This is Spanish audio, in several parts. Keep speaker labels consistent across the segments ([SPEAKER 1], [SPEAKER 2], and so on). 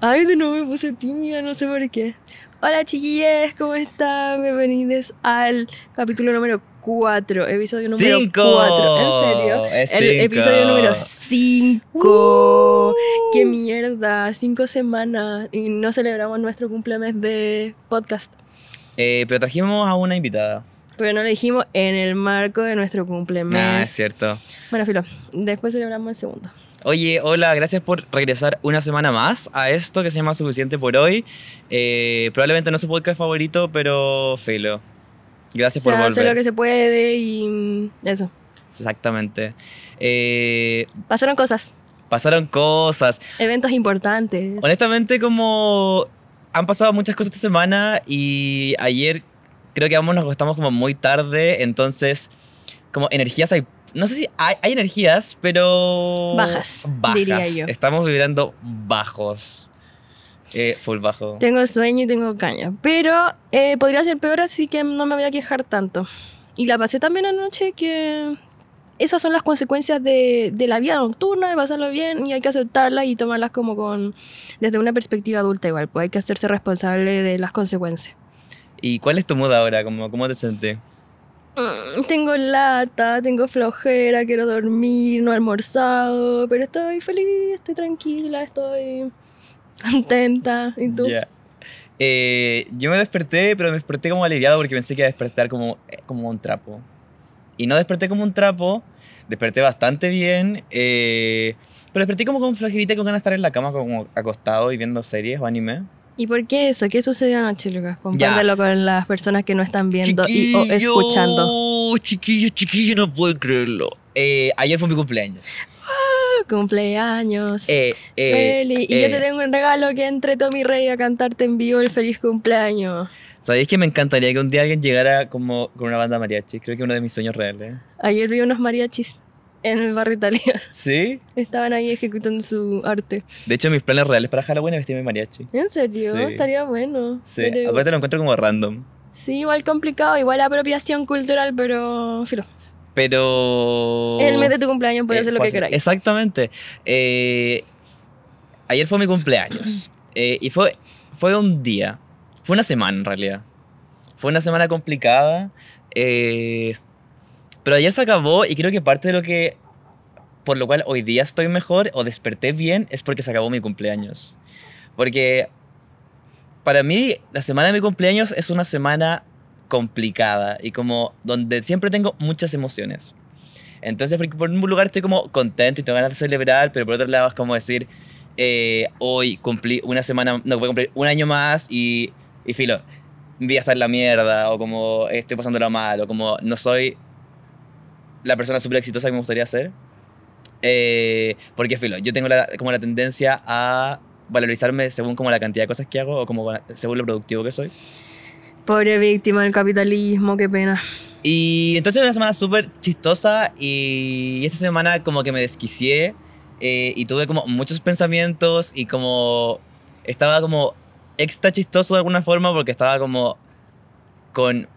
[SPEAKER 1] Ay, de nuevo me puse tímida, no sé por qué. Hola chiquillas, ¿cómo están? Bienvenidos al capítulo número 4, episodio número
[SPEAKER 2] ¡Cinco!
[SPEAKER 1] 4. ¿En serio?
[SPEAKER 2] Es
[SPEAKER 1] El
[SPEAKER 2] cinco. Uh.
[SPEAKER 1] episodio número 5. ¡Qué mierda! Cinco semanas y no celebramos nuestro cumpleaños de podcast.
[SPEAKER 2] Eh, pero trajimos a una invitada.
[SPEAKER 1] Pero no lo dijimos en el marco de nuestro cumpleaños.
[SPEAKER 2] Nah, Ah, es cierto.
[SPEAKER 1] Bueno, filo, después celebramos el segundo.
[SPEAKER 2] Oye, hola, gracias por regresar una semana más a esto que se llama Suficiente por hoy. Eh, probablemente no es su podcast favorito, pero filo. Gracias
[SPEAKER 1] se
[SPEAKER 2] por
[SPEAKER 1] hace
[SPEAKER 2] volver.
[SPEAKER 1] lo que se puede y mm, eso.
[SPEAKER 2] Exactamente. Eh,
[SPEAKER 1] Pasaron cosas,
[SPEAKER 2] pasaron cosas.
[SPEAKER 1] eventos importantes.
[SPEAKER 2] Honestamente, como han pasado muchas cosas esta semana y ayer creo que ambos nos acostamos como muy tarde, entonces como energías hay... No sé si hay, hay energías, pero...
[SPEAKER 1] Bajas,
[SPEAKER 2] Bajas.
[SPEAKER 1] diría yo.
[SPEAKER 2] Estamos vibrando bajos. Eh, full bajo.
[SPEAKER 1] Tengo sueño y tengo caña. Pero eh, podría ser peor, así que no me voy a quejar tanto. Y la pasé también anoche que esas son las consecuencias de, de la vida nocturna, de pasarlo bien, y hay que aceptarlas y tomarlas como con desde una perspectiva adulta igual, pues hay que hacerse responsable de las consecuencias.
[SPEAKER 2] ¿Y cuál es tu mood ahora? Como, ¿Cómo te sentís?
[SPEAKER 1] Mm, Tengo lata, tengo flojera, quiero dormir, no he almorzado, pero estoy feliz, estoy tranquila, estoy contenta. ¿Y tú?
[SPEAKER 2] Ya. Eh, yo me desperté, pero me desperté como aliviado porque pensé que iba a despertar como, eh, como un trapo. Y no desperté como un trapo, desperté bastante bien, eh, pero desperté como con flojerita y con ganas de estar en la cama como acostado y viendo series o anime.
[SPEAKER 1] ¿Y por qué eso? ¿Qué sucedió anoche, Lucas? Compártelo con las personas que no están viendo y o
[SPEAKER 2] Chiquillo,
[SPEAKER 1] escuchando.
[SPEAKER 2] Chiquillo, chiquillo, no pueden creerlo. Eh, ayer fue mi cumpleaños.
[SPEAKER 1] Cumpleaños.
[SPEAKER 2] Eh, eh,
[SPEAKER 1] Feliz. y yo
[SPEAKER 2] eh.
[SPEAKER 1] te tengo un regalo que entre Tommy Rey a cantarte en vivo el feliz cumpleaños.
[SPEAKER 2] ¿Sabéis que me encantaría que un día alguien llegara como con una banda mariachi? Creo que uno de mis sueños reales.
[SPEAKER 1] Ayer vi unos mariachis en el barrio Italia.
[SPEAKER 2] ¿Sí?
[SPEAKER 1] Estaban ahí ejecutando su arte.
[SPEAKER 2] De hecho, mis planes reales para Halloween es vestirme de mariachi.
[SPEAKER 1] ¿En serio?
[SPEAKER 2] Sí.
[SPEAKER 1] Estaría bueno.
[SPEAKER 2] Sí,
[SPEAKER 1] Pero-
[SPEAKER 2] aparte lo encuentro como random.
[SPEAKER 1] sí, igual complicado, igual apropiación cultural, pero filo.
[SPEAKER 2] Pero.
[SPEAKER 1] El mes de tu cumpleaños puedes
[SPEAKER 2] Eh,
[SPEAKER 1] hacer lo
[SPEAKER 2] puedo
[SPEAKER 1] que queráis.
[SPEAKER 2] Exactamente. Eh, ayer fue mi cumpleaños. Eh, y fue, fue un día. Fue una semana en realidad. Fue una semana complicada. eh, pero ayer se acabó y creo que parte de lo que. Por lo cual hoy día estoy mejor o desperté bien es porque se acabó mi cumpleaños. Porque para mí la semana de mi cumpleaños es una semana complicada y como donde siempre tengo muchas emociones. Entonces, porque por un lugar estoy como contento y tengo ganas de celebrar, pero por otro lado es como decir, eh, hoy cumplí una semana, no, voy a cumplir un año más y, y filo, voy a estar en la mierda, o como estoy pasándolo mal, o como no soy la persona súper exitosa que me gustaría ser. Eh, porque filo, yo tengo la- como la tendencia a valorizarme según como la cantidad de cosas que hago o como según lo productivo que soy.
[SPEAKER 1] Pobre víctima del capitalismo, qué pena.
[SPEAKER 2] Y entonces fue una semana súper chistosa y esta semana como que me desquicié eh, y tuve como muchos pensamientos y como estaba como extra chistoso de alguna forma porque estaba como con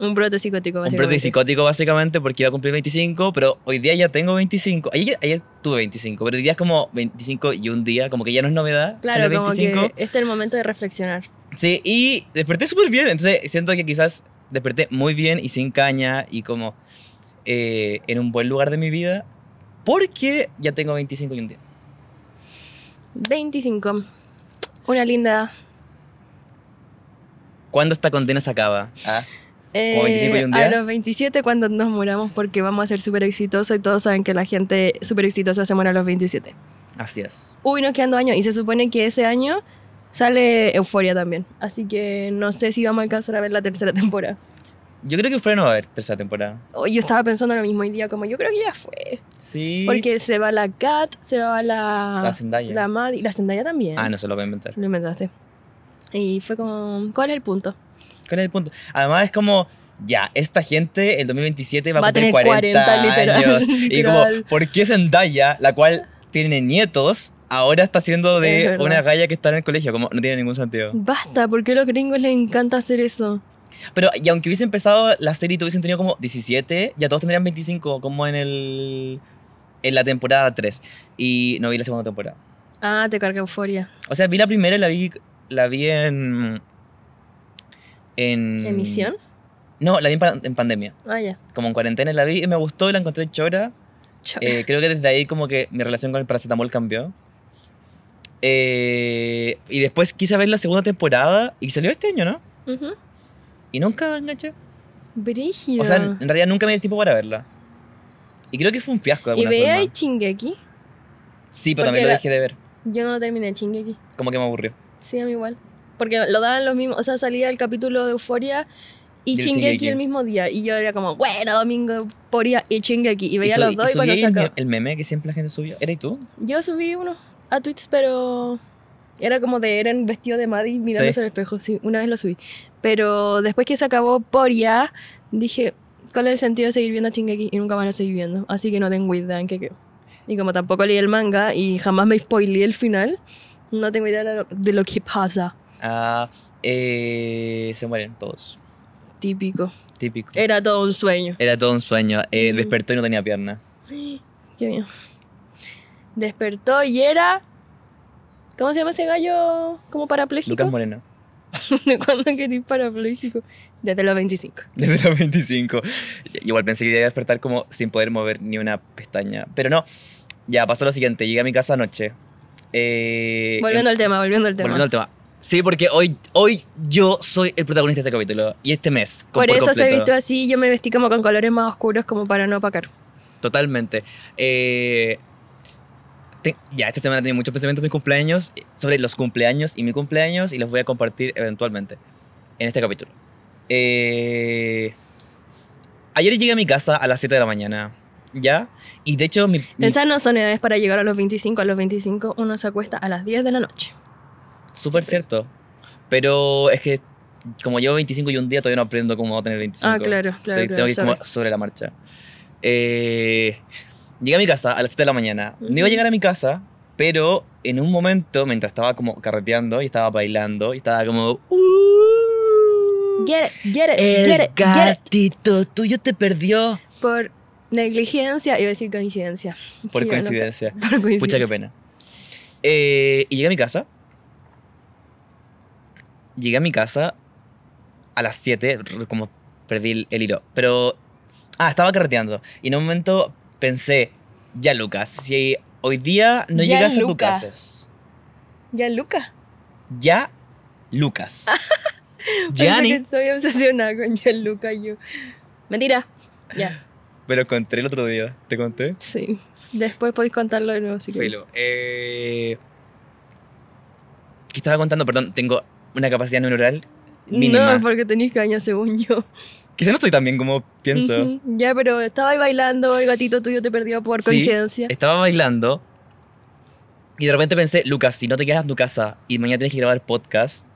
[SPEAKER 1] Un brote psicótico,
[SPEAKER 2] un
[SPEAKER 1] básicamente.
[SPEAKER 2] brote psicótico básicamente porque iba a cumplir 25, pero hoy día ya tengo 25. Ayer, ayer tuve 25, pero hoy día es como 25 y un día, como que ya no es novedad.
[SPEAKER 1] Claro,
[SPEAKER 2] tener
[SPEAKER 1] como
[SPEAKER 2] 25.
[SPEAKER 1] que este es el momento de reflexionar.
[SPEAKER 2] Sí, y desperté súper bien. Entonces siento que quizás desperté muy bien y sin caña y como eh, en un buen lugar de mi vida. Porque ya tengo 25 y un día.
[SPEAKER 1] 25. Una linda edad.
[SPEAKER 2] ¿Cuándo esta condena se acaba? Ah,
[SPEAKER 1] Eh,
[SPEAKER 2] 25 y un día?
[SPEAKER 1] A los 27 cuando nos muramos porque vamos a ser súper exitosos y todos saben que la gente súper exitosa se muere a los 27.
[SPEAKER 2] así es.
[SPEAKER 1] Uy, nos quedan dos años y se supone que ese año sale Euforia también. Así que no sé si vamos a alcanzar a ver la tercera temporada.
[SPEAKER 2] Yo creo que fuera no va a haber tercera temporada.
[SPEAKER 1] Hoy yo estaba pensando lo mismo hoy día, como yo creo que ya fue.
[SPEAKER 2] Sí.
[SPEAKER 1] Porque se va la Kat, se va la...
[SPEAKER 2] La Zendaya.
[SPEAKER 1] La Maddie, la Zendaya también.
[SPEAKER 2] Ah, no se lo voy a inventar.
[SPEAKER 1] Lo inventaste. Y fue como, ¿cuál es el punto?
[SPEAKER 2] ¿Cuál es el punto? Además es como... Ya, esta gente el 2027 va a
[SPEAKER 1] Va a
[SPEAKER 2] cumplir
[SPEAKER 1] tener
[SPEAKER 2] 40,
[SPEAKER 1] 40, literal,
[SPEAKER 2] años. Y como,
[SPEAKER 1] literal.
[SPEAKER 2] ¿por qué Zendaya, la cual tiene nietos, ahora está
[SPEAKER 1] Es
[SPEAKER 2] siendo de
[SPEAKER 1] verdad.
[SPEAKER 2] una galla que está en el colegio? Como, no tiene ningún sentido.
[SPEAKER 1] Basta, porque a los gringos les encanta hacer eso.
[SPEAKER 2] Pero, y aunque hubiese empezado la serie y tuviesen tenido como 17, ya todos tendrían 25, como en el. En la temporada 3. Y no vi la segunda temporada.
[SPEAKER 1] Ah, te carga euforia.
[SPEAKER 2] O sea, vi la primera y la vi, la vi en... En...
[SPEAKER 1] ¿Emisión?
[SPEAKER 2] No, la vi en, pa- en pandemia.
[SPEAKER 1] Ah, ya.
[SPEAKER 2] Como en cuarentena la vi y me gustó y la encontré chora.
[SPEAKER 1] Chao.
[SPEAKER 2] Eh, creo que desde ahí como que mi relación con el paracetamol cambió. Eh, y después quise ver la segunda temporada y salió este año, ¿no?
[SPEAKER 1] Ujú.
[SPEAKER 2] Y nunca enganché.
[SPEAKER 1] Brígido.
[SPEAKER 2] O sea, en en realidad nunca me dio tiempo para verla. Y creo que fue un fiasco de
[SPEAKER 1] y
[SPEAKER 2] alguna
[SPEAKER 1] vea y
[SPEAKER 2] forma.
[SPEAKER 1] Chingeki.
[SPEAKER 2] Sí,
[SPEAKER 1] porque
[SPEAKER 2] pero también lo
[SPEAKER 1] la-
[SPEAKER 2] dejé de ver.
[SPEAKER 1] Yo no lo terminé Chingeki.
[SPEAKER 2] Como que me aburrió.
[SPEAKER 1] Sí, a mí igual. Porque lo daban los mismos. O sea, salía el capítulo de Euforia y,
[SPEAKER 2] Y el
[SPEAKER 1] Chingeki,
[SPEAKER 2] Shingeki.
[SPEAKER 1] el mismo día. Y yo era como, bueno, domingo, Euforia y Chingeki. Y
[SPEAKER 2] Y,
[SPEAKER 1] veía
[SPEAKER 2] su-
[SPEAKER 1] los
[SPEAKER 2] y
[SPEAKER 1] dos y,
[SPEAKER 2] subí
[SPEAKER 1] cuando se
[SPEAKER 2] el, me-
[SPEAKER 1] acabó-
[SPEAKER 2] el meme que siempre la gente subía. ¿Era y tú?
[SPEAKER 1] Yo subí uno a tweets, pero era como de Eren vestido de Maddie mirándose
[SPEAKER 2] Sí.
[SPEAKER 1] al espejo. Sí, una vez lo subí. Pero después que se acabó Poria, dije, ¿cuál es el sentido de seguir viendo Chingeki? Y nunca van a seguir viendo. Así que no tengo idea en qué quedó. Y como tampoco leí el manga y jamás me spoileé el final, no tengo idea de lo- de lo que pasa.
[SPEAKER 2] Ah, eh, se mueren todos.
[SPEAKER 1] Típico.
[SPEAKER 2] Típico.
[SPEAKER 1] Era todo un sueño.
[SPEAKER 2] Era todo un sueño. Eh,
[SPEAKER 1] Eh. Mm.
[SPEAKER 2] Despertó y no tenía pierna.
[SPEAKER 1] Qué bien. Despertó y era. ¿Cómo se llama ese gallo? Como parapléjico.
[SPEAKER 2] Lucas Moreno.
[SPEAKER 1] ¿De cuándo querís parapléjico? Desde los 25.
[SPEAKER 2] Desde los 25. Y- Igual pensé que iba a despertar como sin poder mover ni una pestaña. Pero no. Ya pasó lo siguiente. Llegué a mi casa anoche. Eh,
[SPEAKER 1] volviendo
[SPEAKER 2] em-
[SPEAKER 1] al tema, volviendo al tema.
[SPEAKER 2] volviendo al tema. Sí, porque hoy, hoy yo soy el protagonista de este capítulo. Y este mes. con-
[SPEAKER 1] por, eso se
[SPEAKER 2] completo.
[SPEAKER 1] vistió así, yo me vestí como con colores más oscuros como para no opacar.
[SPEAKER 2] Totalmente. Eh, te- ya esta semana tenía muchos pensamientos de mis cumpleaños, eh, sobre los cumpleaños y mi cumpleaños, y los voy a compartir eventualmente en este capítulo. Eh, ayer llegué a mi casa a las 7 de la mañana, ¿ya? Y de hecho, mi, mi-
[SPEAKER 1] Esas no son edades para llegar a los 25. A los 25 uno se acuesta a las 10 de la noche.
[SPEAKER 2] súper cierto. Pero es que como llevo 25 y un día, todavía no aprendo cómo voy a tener 25.
[SPEAKER 1] Ah, claro, claro,
[SPEAKER 2] Estoy-
[SPEAKER 1] claro.
[SPEAKER 2] tengo que ir
[SPEAKER 1] sorry.
[SPEAKER 2] como sobre la marcha. Eh, llegué a mi casa a las 7 de la mañana. No iba
[SPEAKER 1] Ujú.
[SPEAKER 2] a llegar a mi casa, pero en un momento, mientras estaba como carreteando y estaba bailando, y estaba como... "Uh,
[SPEAKER 1] Get it, get it, get
[SPEAKER 2] el
[SPEAKER 1] it, get it.
[SPEAKER 2] gatito tuyo te perdió.
[SPEAKER 1] Por negligencia, iba a decir coincidencia.
[SPEAKER 2] Por
[SPEAKER 1] Que yo no-
[SPEAKER 2] coincidencia.
[SPEAKER 1] por coincidencia.
[SPEAKER 2] Pucha, qué pena. Eh, y llegué a mi casa. Llegué a mi casa a las 7, r- como perdí el, el hilo. Pero. Ah, estaba carreteando. Y en un momento pensé, ya Lucas, si hoy día no
[SPEAKER 1] Ya,
[SPEAKER 2] llegas a tu
[SPEAKER 1] Lucas.
[SPEAKER 2] casa.
[SPEAKER 1] Ya, Luca.
[SPEAKER 2] Ya Lucas.
[SPEAKER 1] Parece que
[SPEAKER 2] Gianni.
[SPEAKER 1] Estoy obsesionada con ya, Luca. Yo. Mentira. Ya.
[SPEAKER 2] Me lo encontré el otro día, ¿te conté?
[SPEAKER 1] Sí. Después podéis contarlo de nuevo si queréis.
[SPEAKER 2] Filo. Eh, ¿Qué estaba contando? Perdón, tengo una capacidad neuronal mínima.
[SPEAKER 1] No, porque tenéis caña, según yo.
[SPEAKER 2] Quizá no estoy tan bien como pienso.
[SPEAKER 1] Ujú. Ya, pero estaba ahí bailando, el gatito tuyo te perdió por
[SPEAKER 2] Sí.
[SPEAKER 1] coincidencia.
[SPEAKER 2] Estaba bailando y de repente pensé, Lucas, si no te quedas en tu casa y mañana tienes que grabar podcast,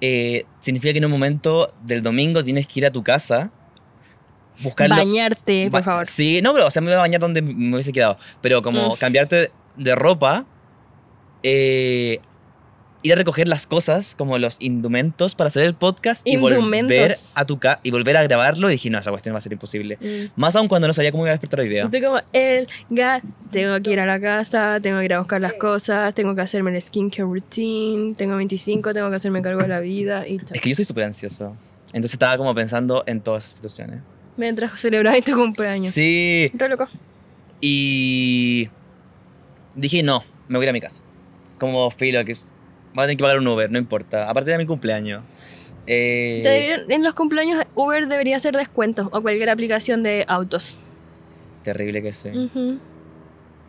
[SPEAKER 2] eh, significa que en un momento del domingo tienes que ir a tu casa, buscarlo.
[SPEAKER 1] Bañarte, por
[SPEAKER 2] Ba-
[SPEAKER 1] favor.
[SPEAKER 2] Sí, no, pero o sea, me iba a bañar donde me hubiese quedado. Pero como
[SPEAKER 1] Mm.
[SPEAKER 2] cambiarte de ropa, eh, ir a recoger las cosas, como los indumentos para hacer el podcast y volver
[SPEAKER 1] Indumentos.
[SPEAKER 2] a tu ca- y volver a grabarlo. Y dije, no, esa cuestión va a ser imposible.
[SPEAKER 1] Mm.
[SPEAKER 2] Más aún cuando no sabía cómo iba a despertar hoy día.
[SPEAKER 1] Estoy como el gato. Tengo que ir a la casa, tengo que ir a buscar las cosas, tengo que hacerme el skincare routine, tengo 25, tengo que hacerme cargo de la vida y tal.
[SPEAKER 2] Es que yo soy súper ansioso. Entonces estaba como pensando en todas esas situaciones.
[SPEAKER 1] Mientras celebráis tu cumpleaños.
[SPEAKER 2] Sí.
[SPEAKER 1] Re loco.
[SPEAKER 2] Y dije, no, me voy a ir a mi casa. Como filo, que voy a tener que pagar un Uber, no importa. Aparte de mi cumpleaños. Eh,
[SPEAKER 1] Te deberían- en los cumpleaños Uber debería hacer descuentos o cualquier aplicación de autos.
[SPEAKER 2] Terrible que soy.
[SPEAKER 1] Ujú.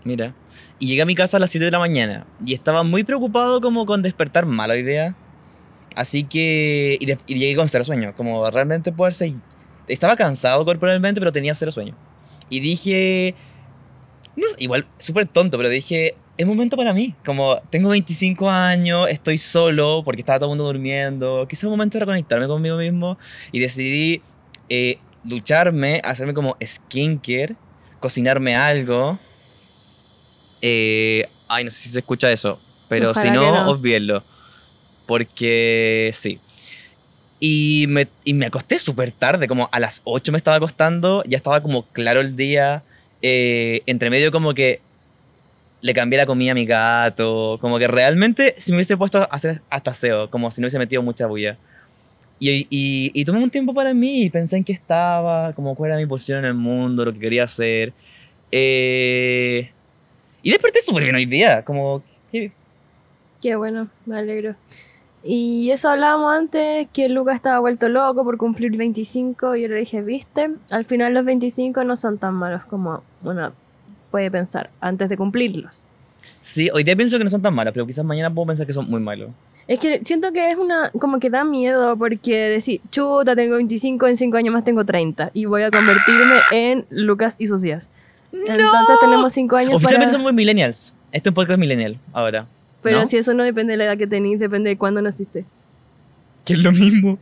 [SPEAKER 2] Mira. Y llegué a mi casa a las 7 de la mañana. Y estaba muy preocupado como con despertar mala idea. Así que... Y, de- y llegué con cero sueño. Como realmente poder seguir... Estaba cansado corporalmente, pero tenía cero sueño. Y dije... No sé, igual, súper tonto, pero dije... Es momento para mí. Como tengo 25 años, estoy solo porque estaba todo el mundo durmiendo. Quizás es momento de reconectarme conmigo mismo. Y decidí eh, ducharme, hacerme como skincare, cocinarme algo. Eh, ay, no sé si se escucha eso, pero
[SPEAKER 1] Ojalá
[SPEAKER 2] si
[SPEAKER 1] que
[SPEAKER 2] no,
[SPEAKER 1] no.
[SPEAKER 2] obvienlo. Porque sí. Y me, y me acosté súper tarde, como a las 8 me estaba acostando, ya estaba como claro el día. eh, entre medio como que le cambié la comida a mi gato, como que realmente si me hubiese puesto a hacer hasta SEO, como si no hubiese metido mucha bulla. Y, y, y tomé un tiempo para mí y pensé en qué estaba, como cuál era mi posición en el mundo, lo que quería hacer. Eh, y desperté súper bien hoy día, como... ¿qué?
[SPEAKER 1] Qué bueno, me alegro. Y eso hablábamos antes, que Lucas estaba vuelto loco por cumplir 25 y yo le dije, viste, al final los 25 no son tan malos como uno puede pensar antes de cumplirlos.
[SPEAKER 2] Sí, hoy día pienso que no son tan malas, pero quizás mañana puedo pensar que son muy malos.
[SPEAKER 1] Es que siento que es una, como que da miedo porque decir, chuta, tengo 25, en 5 años más tengo 30 y voy a convertirme en Lucas y Socias. Entonces tenemos 5 años
[SPEAKER 2] Oficialmente
[SPEAKER 1] para...
[SPEAKER 2] somos millennials. Este es un podcast millennial ahora.
[SPEAKER 1] Pero
[SPEAKER 2] ¿no?
[SPEAKER 1] si eso no depende de la edad que tenéis, depende de cuándo naciste.
[SPEAKER 2] Que es lo mismo.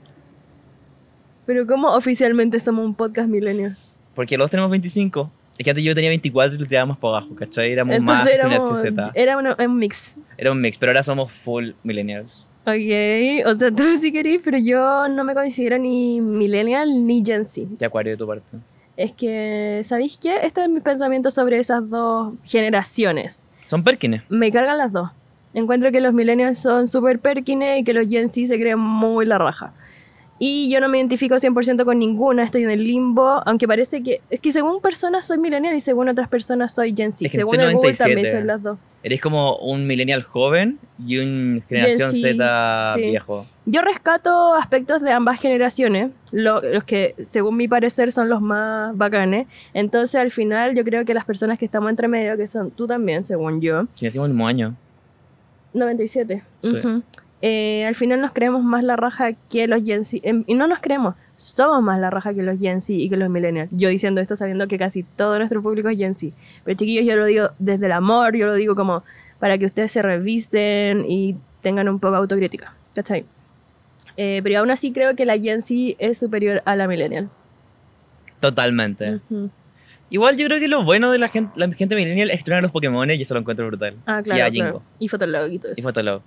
[SPEAKER 1] Pero ¿cómo oficialmente somos un podcast milenio?
[SPEAKER 2] Porque los dos tenemos 25. Es que antes yo tenía 24 y lo tiraba más para abajo, ¿cachai? Éramos más generación
[SPEAKER 1] éramos,
[SPEAKER 2] Z.
[SPEAKER 1] era una- un mix.
[SPEAKER 2] Era un mix, pero ahora somos full millennials.
[SPEAKER 1] Ok, o sea, tú sí querís, pero yo no me considero ni millennial ni Gen Z.
[SPEAKER 2] ¿Qué acuario de tu parte?
[SPEAKER 1] Es que, ¿sabéis qué? Este es mi pensamiento sobre esas dos generaciones.
[SPEAKER 2] Son Perkins.
[SPEAKER 1] Me cargan las dos. Encuentro que los millennials son súper perkines y que los Gen Z se creen muy la raja. Y yo no me identifico 100% con ninguna, estoy en el limbo, aunque parece que... Es que según personas soy millennial y según otras personas soy Gen Z.
[SPEAKER 2] Es que este
[SPEAKER 1] según
[SPEAKER 2] existe
[SPEAKER 1] el Google también
[SPEAKER 2] 97.
[SPEAKER 1] son las dos.
[SPEAKER 2] Eres como un millennial joven y un generación
[SPEAKER 1] Gen Z,
[SPEAKER 2] Z
[SPEAKER 1] sí.
[SPEAKER 2] viejo.
[SPEAKER 1] Yo rescato aspectos de ambas generaciones, lo- los que según mi parecer son los más bacanes. Entonces al final yo creo que las personas que estamos entre medio, que son tú también, según yo,
[SPEAKER 2] Si nacimos el mismo año.
[SPEAKER 1] 97,
[SPEAKER 2] Sí.
[SPEAKER 1] ujú, eh, al final nos creemos más la raja que los Gen Z. em, y no nos creemos, somos más la raja que los Gen Z y que los millennials. Yo diciendo esto sabiendo que casi todo nuestro público es Gen Z. Pero chiquillos, yo lo digo desde el amor, yo lo digo como para que ustedes se revisen y tengan un poco de autocrítica. ¿Cachai? Eh, pero aún así creo que la Gen Z es superior a la Millennial.
[SPEAKER 2] Totalmente.
[SPEAKER 1] Ujú.
[SPEAKER 2] Igual yo creo que lo bueno de la gente, la gente millennial es estrenar los Pokémon y eso lo encuentro brutal.
[SPEAKER 1] Ah,
[SPEAKER 2] Y a
[SPEAKER 1] claro. Y,
[SPEAKER 2] Jingo.
[SPEAKER 1] claro. y Fotolog y todo
[SPEAKER 2] Y
[SPEAKER 1] eso.
[SPEAKER 2] Fotolog.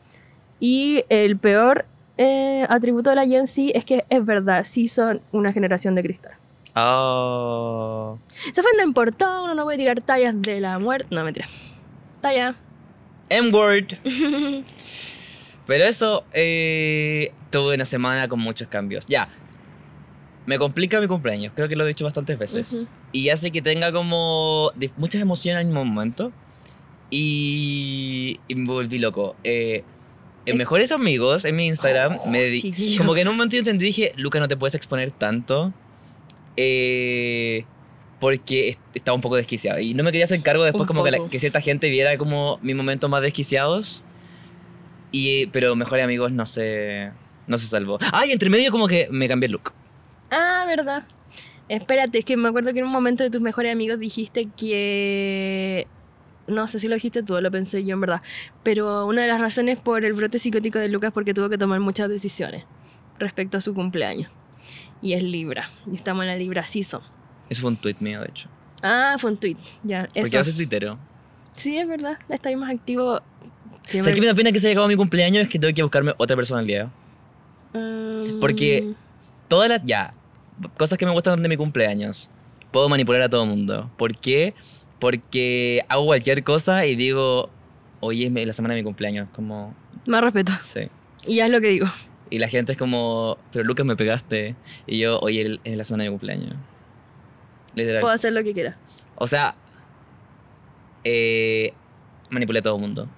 [SPEAKER 1] Y el peor eh, atributo de la Gen Z es que es verdad, sí son una generación de cristal.
[SPEAKER 2] Oh.
[SPEAKER 1] Se ofenden por todo, uno no puede tirar tallas de la muerte. No, mentira. Talla.
[SPEAKER 2] M-Word. Pero eso, eh, tuve una semana con muchos cambios. Ya, me complica mi cumpleaños, creo que lo he dicho bastantes veces.
[SPEAKER 1] Ujú.
[SPEAKER 2] Y hace que tenga como dif- muchas emociones al mismo momento. Y, y me volví loco. Eh, en
[SPEAKER 1] Es-
[SPEAKER 2] Mejores Amigos, en mi Instagram, me di-
[SPEAKER 1] Oh, chiquillo.
[SPEAKER 2] como que en un momento yo entendí, dije, Luca, no te puedes exponer tanto. eh, porque est- estaba un poco desquiciado. Y no me quería hacer cargo después
[SPEAKER 1] Un
[SPEAKER 2] como que, la-
[SPEAKER 1] poco.
[SPEAKER 2] que cierta gente viera como mis momentos más desquiciados. Y, pero Mejores Amigos no se, no se salvó. Ah, y entre medio como que me cambié el look.
[SPEAKER 1] Ah, verdad. Espérate, es que me acuerdo que en un momento de tus mejores amigos dijiste que. No sé si lo dijiste tú o lo pensé yo en verdad. Pero una de las razones por el brote psicótico de Lucas es porque tuvo que tomar muchas decisiones respecto a su cumpleaños. Y es Libra. Y estamos en la Libra Season.
[SPEAKER 2] Eso fue un tweet mío, de hecho.
[SPEAKER 1] Ah, fue un tweet. Ya,
[SPEAKER 2] Porque yo
[SPEAKER 1] eso.
[SPEAKER 2] soy tuitero.
[SPEAKER 1] Sí, es verdad. Estáis más activo. Sí,
[SPEAKER 2] ¿Sabes qué me da pena que se haya acabado mi cumpleaños? Es que tengo que buscarme otra personalidad.
[SPEAKER 1] Mm,
[SPEAKER 2] Porque- Todas las, ya, cosas que me gustan de mi cumpleaños. Puedo manipular a todo el mundo. ¿Por qué? Porque hago cualquier cosa y digo, oye, es mi- la semana de mi cumpleaños. Como,
[SPEAKER 1] Más respeto.
[SPEAKER 2] sí.
[SPEAKER 1] Y haz lo que digo.
[SPEAKER 2] Y la gente es como, pero Lucas me pegaste. Y yo, oye, el- es la semana de mi cumpleaños. Literal.
[SPEAKER 1] Puedo hacer lo que quiera.
[SPEAKER 2] O sea, eh, manipulé a todo el mundo.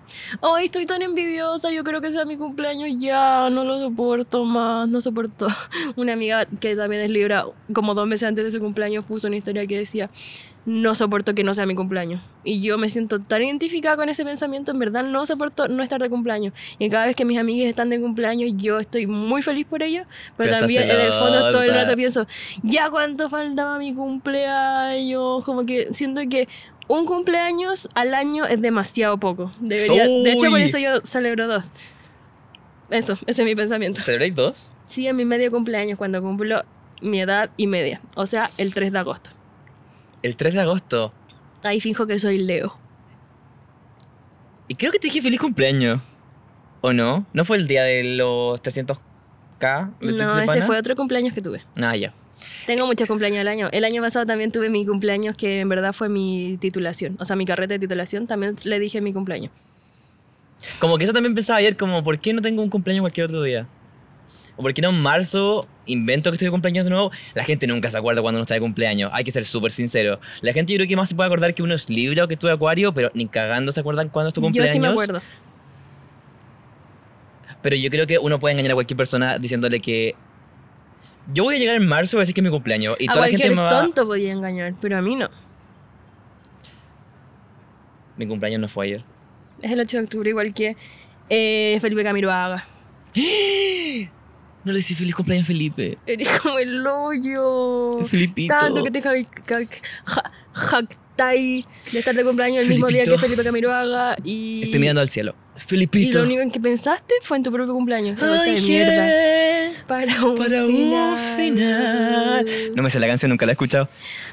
[SPEAKER 1] Ay, estoy tan envidiosa. Yo creo que sea mi cumpleaños ya. No lo soporto más. No soporto. Una amiga que también es Libra, como dos meses antes de su cumpleaños, puso una historia que decía: No soporto que no sea mi cumpleaños. Y yo me siento tan identificada con ese pensamiento. En verdad, no soporto no estar de cumpleaños. Y cada vez que mis amigas están de cumpleaños, yo estoy muy feliz por ello.
[SPEAKER 2] Pero
[SPEAKER 1] Pero,
[SPEAKER 2] estás
[SPEAKER 1] también en el fondo todo el
[SPEAKER 2] celosa.
[SPEAKER 1] rato pienso: Ya cuánto faltaba mi cumpleaños. Como que siento que un cumpleaños al año es demasiado poco. Debería, de hecho, por
[SPEAKER 2] Uy.
[SPEAKER 1] eso yo celebro dos. Eso, ese es mi pensamiento.
[SPEAKER 2] ¿Celebráis dos?
[SPEAKER 1] Sí, en mi medio cumpleaños, cuando cumplo mi edad y media, o sea, el 3 de agosto.
[SPEAKER 2] El 3 de agosto.
[SPEAKER 1] Ahí fijo que soy Leo.
[SPEAKER 2] Y creo que te dije feliz cumpleaños. ¿O no? ¿No fue el día de los 300k? de
[SPEAKER 1] No,
[SPEAKER 2] Tixipana?
[SPEAKER 1] ese fue otro cumpleaños que tuve.
[SPEAKER 2] Ah, ya.
[SPEAKER 1] Tengo muchos cumpleaños al año. El año pasado también tuve mi cumpleaños, que en verdad fue mi titulación. O sea, mi carreta de titulación también le dije mi cumpleaños.
[SPEAKER 2] Como que eso también pensaba ayer, como, ¿por qué no tengo un cumpleaños cualquier otro día? O por qué no en marzo invento que estoy de cumpleaños de nuevo. La gente nunca se acuerda cuando uno está de cumpleaños. Hay que ser súper sincero. La gente yo creo que más se puede acordar que uno es libre o que tú de acuario, pero ni cagando se acuerdan cuándo es tu
[SPEAKER 1] Yo
[SPEAKER 2] cumpleaños.
[SPEAKER 1] sí me acuerdo.
[SPEAKER 2] Pero yo creo que uno puede engañar a cualquier persona diciéndole que yo voy a llegar en marzo y voy a decir que es mi cumpleaños. Y
[SPEAKER 1] a
[SPEAKER 2] toda la
[SPEAKER 1] cualquier
[SPEAKER 2] gente me va...
[SPEAKER 1] tonto podía engañar, pero a mí no.
[SPEAKER 2] Mi cumpleaños no fue ayer.
[SPEAKER 1] Es el 8 de octubre, igual que eh, Felipe Camiroaga.
[SPEAKER 2] No le hice feliz cumpleaños a Felipe.
[SPEAKER 1] Eres como el hoyo.
[SPEAKER 2] Felipito.
[SPEAKER 1] Tanto que te ja- ja- ja- jactáis de estar de cumpleaños el mismo día que
[SPEAKER 2] Felipito.
[SPEAKER 1] Felipe Camiroaga y.
[SPEAKER 2] Estoy mirando al cielo.
[SPEAKER 1] Y lo
[SPEAKER 2] Felipito.
[SPEAKER 1] único en que pensaste fue en tu propio cumpleaños. Qué vuelta de
[SPEAKER 2] Ay,
[SPEAKER 1] mierda.
[SPEAKER 2] yeah.
[SPEAKER 1] Para un
[SPEAKER 2] Para un final. No me sé la canción, nunca la he escuchado.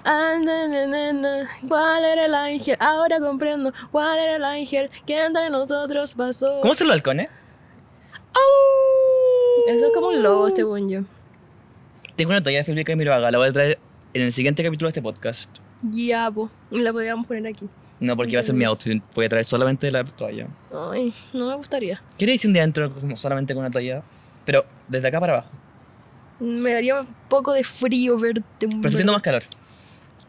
[SPEAKER 1] Ah, na, na, na, na. ¿Cuál era el ángel? Ahora comprendo. ¿Cuál era el ángel que entre nosotros pasó?
[SPEAKER 2] ¿Cómo son los halcones?
[SPEAKER 1] Eso es como un lobo, según yo.
[SPEAKER 2] Tengo una toalla de Felipe Camiroaga, la voy a traer en el siguiente capítulo de este podcast.
[SPEAKER 1] Guiapo. Y la podíamos poner aquí.
[SPEAKER 2] No, porque va a ser
[SPEAKER 1] Mm.
[SPEAKER 2] mi outfit, voy a traer solamente la toalla.
[SPEAKER 1] Ay, no me gustaría.
[SPEAKER 2] ¿Queréis un día dentro como solamente con una toalla? Pero desde acá para abajo.
[SPEAKER 1] Me daría un poco de frío verte.
[SPEAKER 2] Pero está haciendo más calor.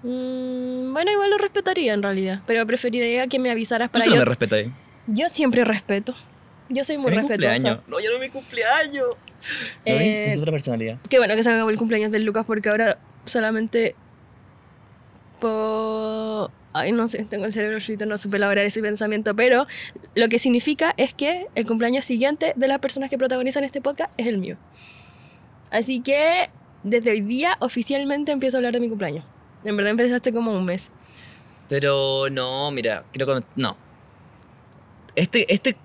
[SPEAKER 1] Mm, bueno, igual lo respetaría en realidad. Pero preferiría que me avisaras
[SPEAKER 2] Tú
[SPEAKER 1] para
[SPEAKER 2] solo me
[SPEAKER 1] yo.
[SPEAKER 2] respetas ahí.
[SPEAKER 1] Yo siempre respeto. Yo soy muy
[SPEAKER 2] Es mi
[SPEAKER 1] respetuosa.
[SPEAKER 2] cumpleaños. No, yo no es mi cumpleaños. No,
[SPEAKER 1] Eh,
[SPEAKER 2] es otra personalidad.
[SPEAKER 1] Qué bueno que se acabó el cumpleaños del Lucas porque ahora solamente por... Ay, no sé, tengo el cerebro frito, no supe elaborar ese pensamiento, pero lo que significa es que el cumpleaños siguiente de las personas que protagonizan este podcast es el mío. Así que desde hoy día oficialmente empiezo a hablar de mi cumpleaños. En verdad empezaste como un mes.
[SPEAKER 2] Pero no, mira, creo que no. Este, este.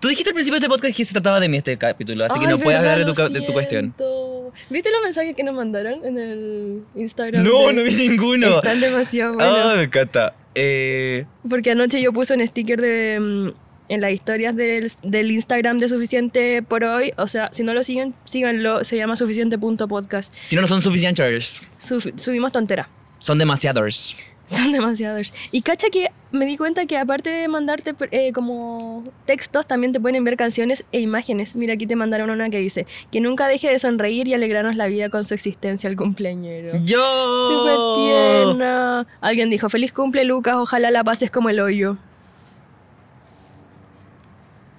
[SPEAKER 2] Tú dijiste al principio de este podcast que se trataba de mí este capítulo, así que
[SPEAKER 1] Ay,
[SPEAKER 2] no puedes
[SPEAKER 1] verdad,
[SPEAKER 2] hablar de tu,
[SPEAKER 1] lo
[SPEAKER 2] ca- de tu cuestión.
[SPEAKER 1] siento. ¿Viste los mensajes que nos mandaron en el Instagram?
[SPEAKER 2] No,
[SPEAKER 1] de-
[SPEAKER 2] no vi ninguno.
[SPEAKER 1] Están demasiado buenos.
[SPEAKER 2] Ah, me encanta. Eh,
[SPEAKER 1] Porque anoche yo puse un sticker de mm, en las historias del, del Instagram de Suficiente por hoy. O sea, si no lo siguen, síganlo. Se llama suficiente.podcast.
[SPEAKER 2] si no, no son suficientes.
[SPEAKER 1] Suf- subimos tontera.
[SPEAKER 2] Son demasiados.
[SPEAKER 1] Son demasiados. Y cacha que me di cuenta que aparte de mandarte eh, como textos, también te pueden enviar canciones e imágenes. Mira, aquí te mandaron una que dice, que nunca deje de sonreír y alegrarnos la vida con su existencia al cumpleañero. Súper
[SPEAKER 2] Yo.
[SPEAKER 1] tierna. Alguien dijo, feliz cumple Lucas, ojalá la pases como el hoyo.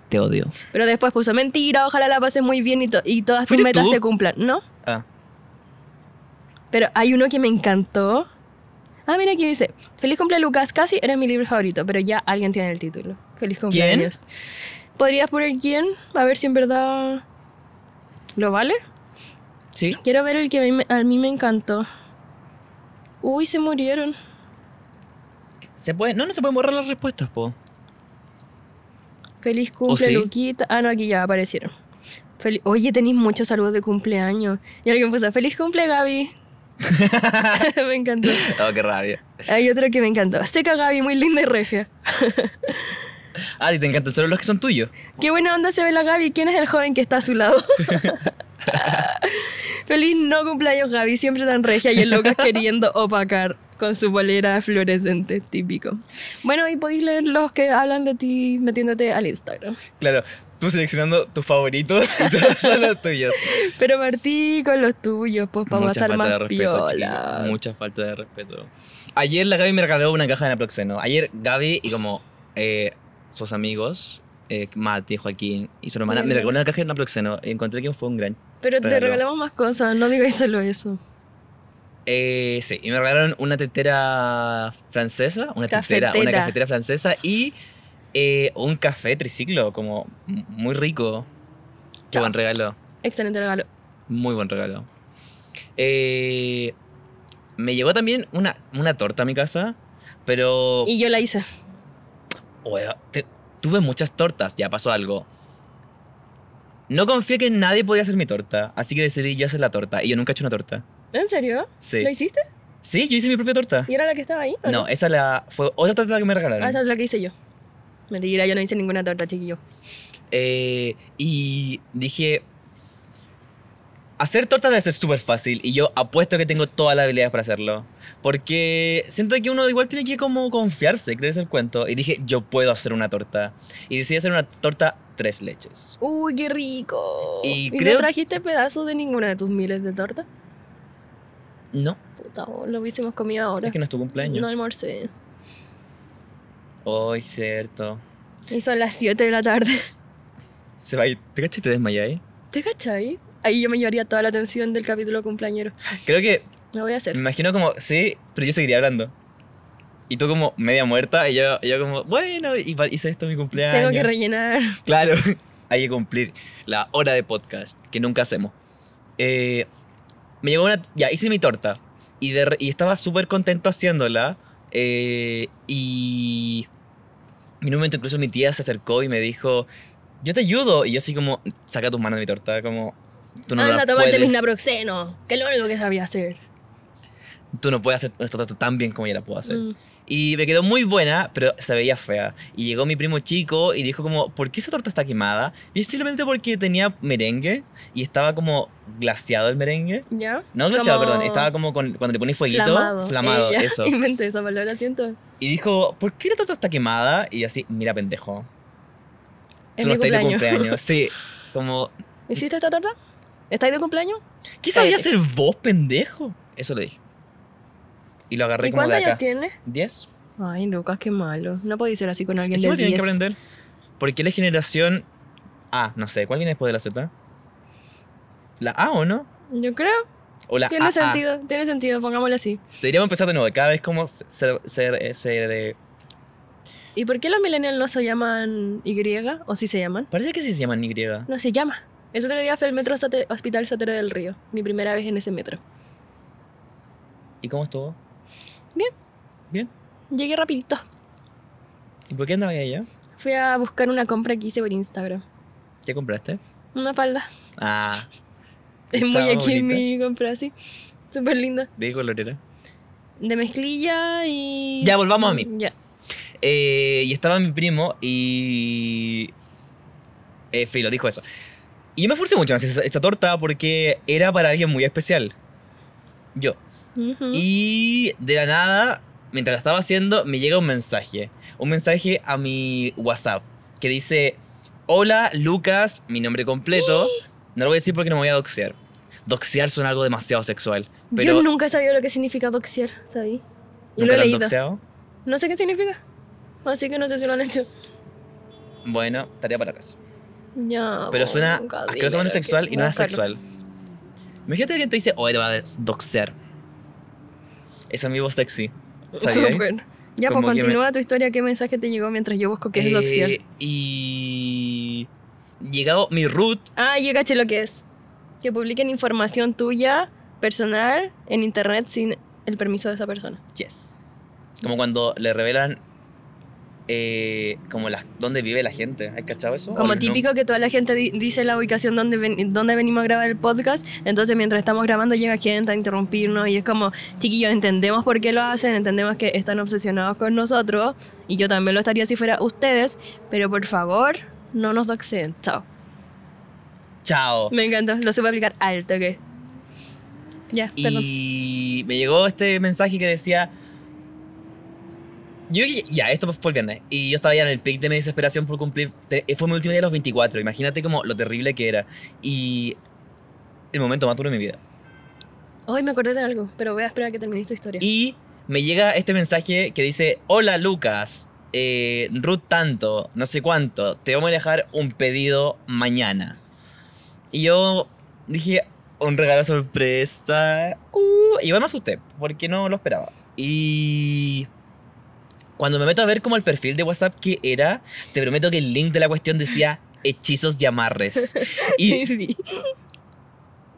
[SPEAKER 2] Te odio.
[SPEAKER 1] Pero después puso mentira, ojalá la pases muy bien y, to- y todas tus
[SPEAKER 2] ¿Fuiste
[SPEAKER 1] metas
[SPEAKER 2] tú?
[SPEAKER 1] se cumplan, ¿no?
[SPEAKER 2] Ah.
[SPEAKER 1] Pero hay uno que me encantó. Ah, mira aquí dice, feliz cumple Lucas, casi eres mi libro favorito, pero ya alguien tiene el título. Feliz cumpleaños. ¿Podrías poner quién? A ver si en verdad lo vale.
[SPEAKER 2] Sí.
[SPEAKER 1] Quiero ver el que a mí me- a mí me encantó. Uy, se murieron.
[SPEAKER 2] Se puede. No, no se pueden borrar las respuestas, po.
[SPEAKER 1] Feliz cumple,
[SPEAKER 2] ¿O sí?
[SPEAKER 1] Luquita. Ah, no, aquí ya aparecieron. Fel- Oye, tenéis muchos saludos de cumpleaños. Y alguien puso, feliz cumple, Gaby. me encantó.
[SPEAKER 2] Oh, qué rabia.
[SPEAKER 1] Hay otro que me encantó. Seca Gaby, muy linda y regia.
[SPEAKER 2] Ah, y te encantan solo los que son tuyos.
[SPEAKER 1] Qué buena onda se ve la Gaby. ¿Quién es el joven que está a su lado? feliz no cumpleaños, Gaby. Siempre tan regia y el Lucas queriendo opacar con su bolera fluorescente típico. Bueno, y podéis leer los que hablan de ti metiéndote al Instagram.
[SPEAKER 2] Claro, tú seleccionando tus favoritos y todos son los tuyos.
[SPEAKER 1] Pero partí con los tuyos, pues para pasar más piola.
[SPEAKER 2] chiquillo. Mucha falta de respeto. Ayer la Gaby me regaló una caja de naproxeno. Ayer Gaby y como eh, sus amigos, eh, Mati, Joaquín y su hermana, me
[SPEAKER 1] Bueno.
[SPEAKER 2] regaló una caja de naproxeno y encontré que fue un gran...
[SPEAKER 1] Pero te
[SPEAKER 2] Regalo.
[SPEAKER 1] regalamos más cosas, no digáis solo eso.
[SPEAKER 2] Eh, sí, y me regalaron una tetera francesa, una tetera, una
[SPEAKER 1] Cafetera.
[SPEAKER 2] cafetera francesa y eh, un café triciclo, como m- muy rico. Qué
[SPEAKER 1] Chao.
[SPEAKER 2] buen regalo.
[SPEAKER 1] Excelente regalo.
[SPEAKER 2] Muy buen regalo. Eh, me llegó también una, una torta a mi casa, pero...
[SPEAKER 1] Y yo la hice.
[SPEAKER 2] Wea, te- tuve muchas tortas, ya pasó algo. No confié que nadie podía hacer mi torta, así que decidí yo hacer la torta. Y yo nunca he hecho una torta.
[SPEAKER 1] ¿En serio?
[SPEAKER 2] Sí.
[SPEAKER 1] ¿La hiciste?
[SPEAKER 2] Sí, yo hice mi propia torta.
[SPEAKER 1] ¿Y era la que estaba ahí? o
[SPEAKER 2] No, esa la, fue otra torta que me regalaron.
[SPEAKER 1] Ah, esa es la que hice yo. Mentira, yo no hice ninguna torta, chiquillo.
[SPEAKER 2] Eh, y dije, Hacer tortas debe ser súper fácil y yo apuesto que tengo todas las habilidades para hacerlo. Porque siento que uno igual tiene que como confiarse, creerse el cuento. Y dije, yo puedo hacer una torta. Y decidí hacer una torta tres leches.
[SPEAKER 1] Uy, qué rico.
[SPEAKER 2] Y
[SPEAKER 1] no
[SPEAKER 2] creo-
[SPEAKER 1] trajiste pedazos de ninguna de tus miles de tortas?
[SPEAKER 2] No,
[SPEAKER 1] Puta, oh, lo hubiésemos comido ahora.
[SPEAKER 2] es que no es tu cumpleaños.
[SPEAKER 1] No almorcé.
[SPEAKER 2] Hoy, cierto.
[SPEAKER 1] Y son las 7 de la tarde.
[SPEAKER 2] Se va a ir. ¿Te cachas y te desmayáis?
[SPEAKER 1] ¿Te cachai? Ahí yo me llevaría toda la atención del capítulo cumpleañero.
[SPEAKER 2] Creo que
[SPEAKER 1] Lo voy a hacer.
[SPEAKER 2] Me imagino como, sí, pero yo seguiría hablando. Y tú como media muerta y yo, yo como, bueno, y pa- hice esto mi cumpleaños.
[SPEAKER 1] Tengo que rellenar.
[SPEAKER 2] Claro, hay que cumplir la hora de podcast, que nunca hacemos. Eh, me llegó una, ya, hice mi torta y, de re- y estaba súper contento haciéndola. eh, y en un momento incluso mi tía se acercó y me dijo, yo te ayudo. Y yo así como, saca tus manos de mi torta, como, tú no
[SPEAKER 1] Anda
[SPEAKER 2] la
[SPEAKER 1] a tomarte mis
[SPEAKER 2] puedes,
[SPEAKER 1] naproxenos, que es lo único que sabía hacer.
[SPEAKER 2] tú no puedes hacer una torta tan bien como yo la puedo hacer.
[SPEAKER 1] Mm.
[SPEAKER 2] Y me quedó muy buena, pero se veía fea. Y llegó mi primo chico y dijo como, ¿por qué esa torta está quemada? Y es simplemente porque tenía merengue y estaba como glaciado el merengue.
[SPEAKER 1] ¿Ya?
[SPEAKER 2] No glaciado,
[SPEAKER 1] Como
[SPEAKER 2] perdón. Estaba como con- cuando le pones fueguito.
[SPEAKER 1] Flamado.
[SPEAKER 2] flamado,
[SPEAKER 1] Eh, ya,
[SPEAKER 2] eso.
[SPEAKER 1] Inventé esa palabra, siento.
[SPEAKER 2] Y dijo, ¿por qué la torta está quemada? Y yo así, mira pendejo.
[SPEAKER 1] Es
[SPEAKER 2] tú no
[SPEAKER 1] mi
[SPEAKER 2] estás de
[SPEAKER 1] cumpleaños.
[SPEAKER 2] cumpleaños. Sí. Como,
[SPEAKER 1] ¿Hiciste esta torta? ¿Estáis de cumpleaños?
[SPEAKER 2] ¿qué sabía
[SPEAKER 1] Cállate.
[SPEAKER 2] hacer vos, pendejo? Eso le dije. Y lo agarré
[SPEAKER 1] ¿Y
[SPEAKER 2] como de
[SPEAKER 1] cuántos
[SPEAKER 2] acá.
[SPEAKER 1] años tienes?
[SPEAKER 2] ¿Diez?
[SPEAKER 1] Ay, Lucas, qué malo. No podéis ser así con alguien
[SPEAKER 2] Es que
[SPEAKER 1] de
[SPEAKER 2] igual tienen
[SPEAKER 1] 10.
[SPEAKER 2] que aprender. Porque la generación A, no sé, ¿cuál viene después de la Z? ¿La A o no?
[SPEAKER 1] Yo creo.
[SPEAKER 2] O la
[SPEAKER 1] Tiene
[SPEAKER 2] AA.
[SPEAKER 1] sentido, tiene sentido, pongámoslo así.
[SPEAKER 2] Deberíamos empezar de nuevo, cada vez como se, se- se- eh, se- eh,
[SPEAKER 1] ¿Y por qué los millennials no se llaman Y? ¿O sí se llaman?
[SPEAKER 2] Parece que sí se llaman Y.
[SPEAKER 1] No se llama. El otro día fue al metro Sate- Hospital Satero del Río. Mi primera vez en ese metro.
[SPEAKER 2] ¿Y cómo estuvo?
[SPEAKER 1] Bien.
[SPEAKER 2] Bien.
[SPEAKER 1] Llegué rapidito.
[SPEAKER 2] ¿Y por qué andabas allá?
[SPEAKER 1] Fui a buscar una compra que hice por Instagram.
[SPEAKER 2] ¿Qué compraste?
[SPEAKER 1] Una falda.
[SPEAKER 2] Ah,
[SPEAKER 1] Es
[SPEAKER 2] Estaba
[SPEAKER 1] muy aquí
[SPEAKER 2] bonita.
[SPEAKER 1] mi compra así. Súper linda.
[SPEAKER 2] de qué color era.
[SPEAKER 1] De mezclilla y...
[SPEAKER 2] Ya, volvamos a mí.
[SPEAKER 1] Ya.
[SPEAKER 2] Eh, y estaba mi primo y. Eh, Filo, dijo eso. Y yo me esforcé mucho en hacer esa- esta torta porque era para alguien muy especial. Yo.
[SPEAKER 1] Ujú.
[SPEAKER 2] Y de la nada, mientras la estaba haciendo, me llega un mensaje. Un mensaje a mi WhatsApp que dice: Hola, Lucas, mi nombre completo. No lo voy a decir porque no me voy a doxear. Doxear suena algo demasiado sexual. Pero
[SPEAKER 1] Yo nunca sabía lo que significa doxiar, ¿sabí? Yo lo
[SPEAKER 2] ¿nunca
[SPEAKER 1] he
[SPEAKER 2] lo han
[SPEAKER 1] leído.
[SPEAKER 2] doxeado?
[SPEAKER 1] No sé qué significa. Así que no sé si lo han hecho.
[SPEAKER 2] Bueno, tarea para casa.
[SPEAKER 1] Ya.
[SPEAKER 2] Pero suena
[SPEAKER 1] Oh, nunca, dímelo,
[SPEAKER 2] asquerosamente
[SPEAKER 1] que-
[SPEAKER 2] sexual y no es
[SPEAKER 1] búscalo.
[SPEAKER 2] sexual. Imagínate que alguien te dice, oye, te va a doxear. Esa es mi voz sexy. ¿Sabía?
[SPEAKER 1] Súper. Ya, pues
[SPEAKER 2] Como que me-
[SPEAKER 1] continúa tu historia. ¿Qué mensaje te llegó mientras yo busco qué es
[SPEAKER 2] Eh,
[SPEAKER 1] doxiar?
[SPEAKER 2] Y. Llegado mi root,
[SPEAKER 1] Ah, yo caché lo que es. Que publiquen información tuya, personal, en internet sin el permiso de esa persona.
[SPEAKER 2] yes. Como cuando le revelan. eh, como las, dónde vive la gente. ¿Has cachado eso? O
[SPEAKER 1] Como
[SPEAKER 2] los
[SPEAKER 1] típico que toda la gente di- dice la ubicación donde, ven- donde venimos a grabar el podcast, entonces mientras estamos grabando llega gente a interrumpirnos y es como, chiquillos, entendemos por qué lo hacen, entendemos que están obsesionados con nosotros y yo también lo estaría si fuera ustedes, pero por favor, no nos doxeen. Chao.
[SPEAKER 2] nom- Chao.
[SPEAKER 1] Me encantó, lo supe aplicar alto, que. Ya, perdón.
[SPEAKER 2] Y me llegó este mensaje que decía. Yo, ya, esto fue el viernes. Y yo estaba ya en el pic de mi desesperación por cumplir. te- Fue mi último día de los 24. Imagínate como lo terrible que era. Y. El momento más duro de mi vida.
[SPEAKER 1] Hoy me acordé de algo, pero voy a esperar a que termine tu historia.
[SPEAKER 2] Y me llega este mensaje que dice: Hola Lucas, eh, Ruth tanto, no sé cuánto, te vamos a dejar un pedido mañana. Y yo dije: Un regalo sorpresa. Uh, y igual me asusté, porque no lo esperaba. Y. Cuando me meto a ver como el perfil de WhatsApp que era, te prometo que el link de la cuestión decía hechizos de amarres. Y
[SPEAKER 1] Sí.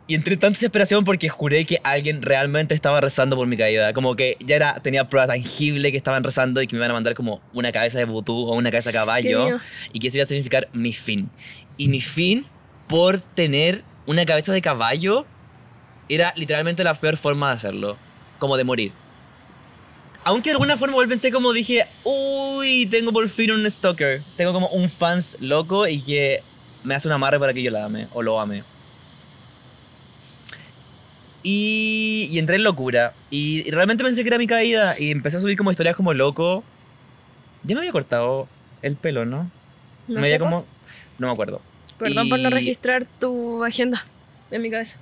[SPEAKER 2] y entré en tanta desesperación porque juré que alguien realmente estaba rezando por mi caída. Como que ya era, tenía prueba tangible que estaban rezando y que me iban a mandar como una cabeza de vudú o una cabeza de
[SPEAKER 1] Qué
[SPEAKER 2] caballo.
[SPEAKER 1] miedo.
[SPEAKER 2] Y que eso iba a significar mi fin. Y mi fin por tener una cabeza de caballo era literalmente la peor forma de hacerlo. Como de morir. Aunque de alguna forma igual pensé como dije, uy, tengo por fin un stalker. Tengo como un fans loco y que me hace un amarre para que yo la ame o lo ame. Y, y entré en locura. Y, y realmente pensé que era mi caída. Y empecé a subir como historias como loco. Ya me había cortado el pelo, ¿no?
[SPEAKER 1] No
[SPEAKER 2] me
[SPEAKER 1] sé
[SPEAKER 2] había
[SPEAKER 1] cómo-
[SPEAKER 2] como... No me acuerdo.
[SPEAKER 1] Perdón por no
[SPEAKER 2] y-
[SPEAKER 1] registrar tu agenda en mi cabeza.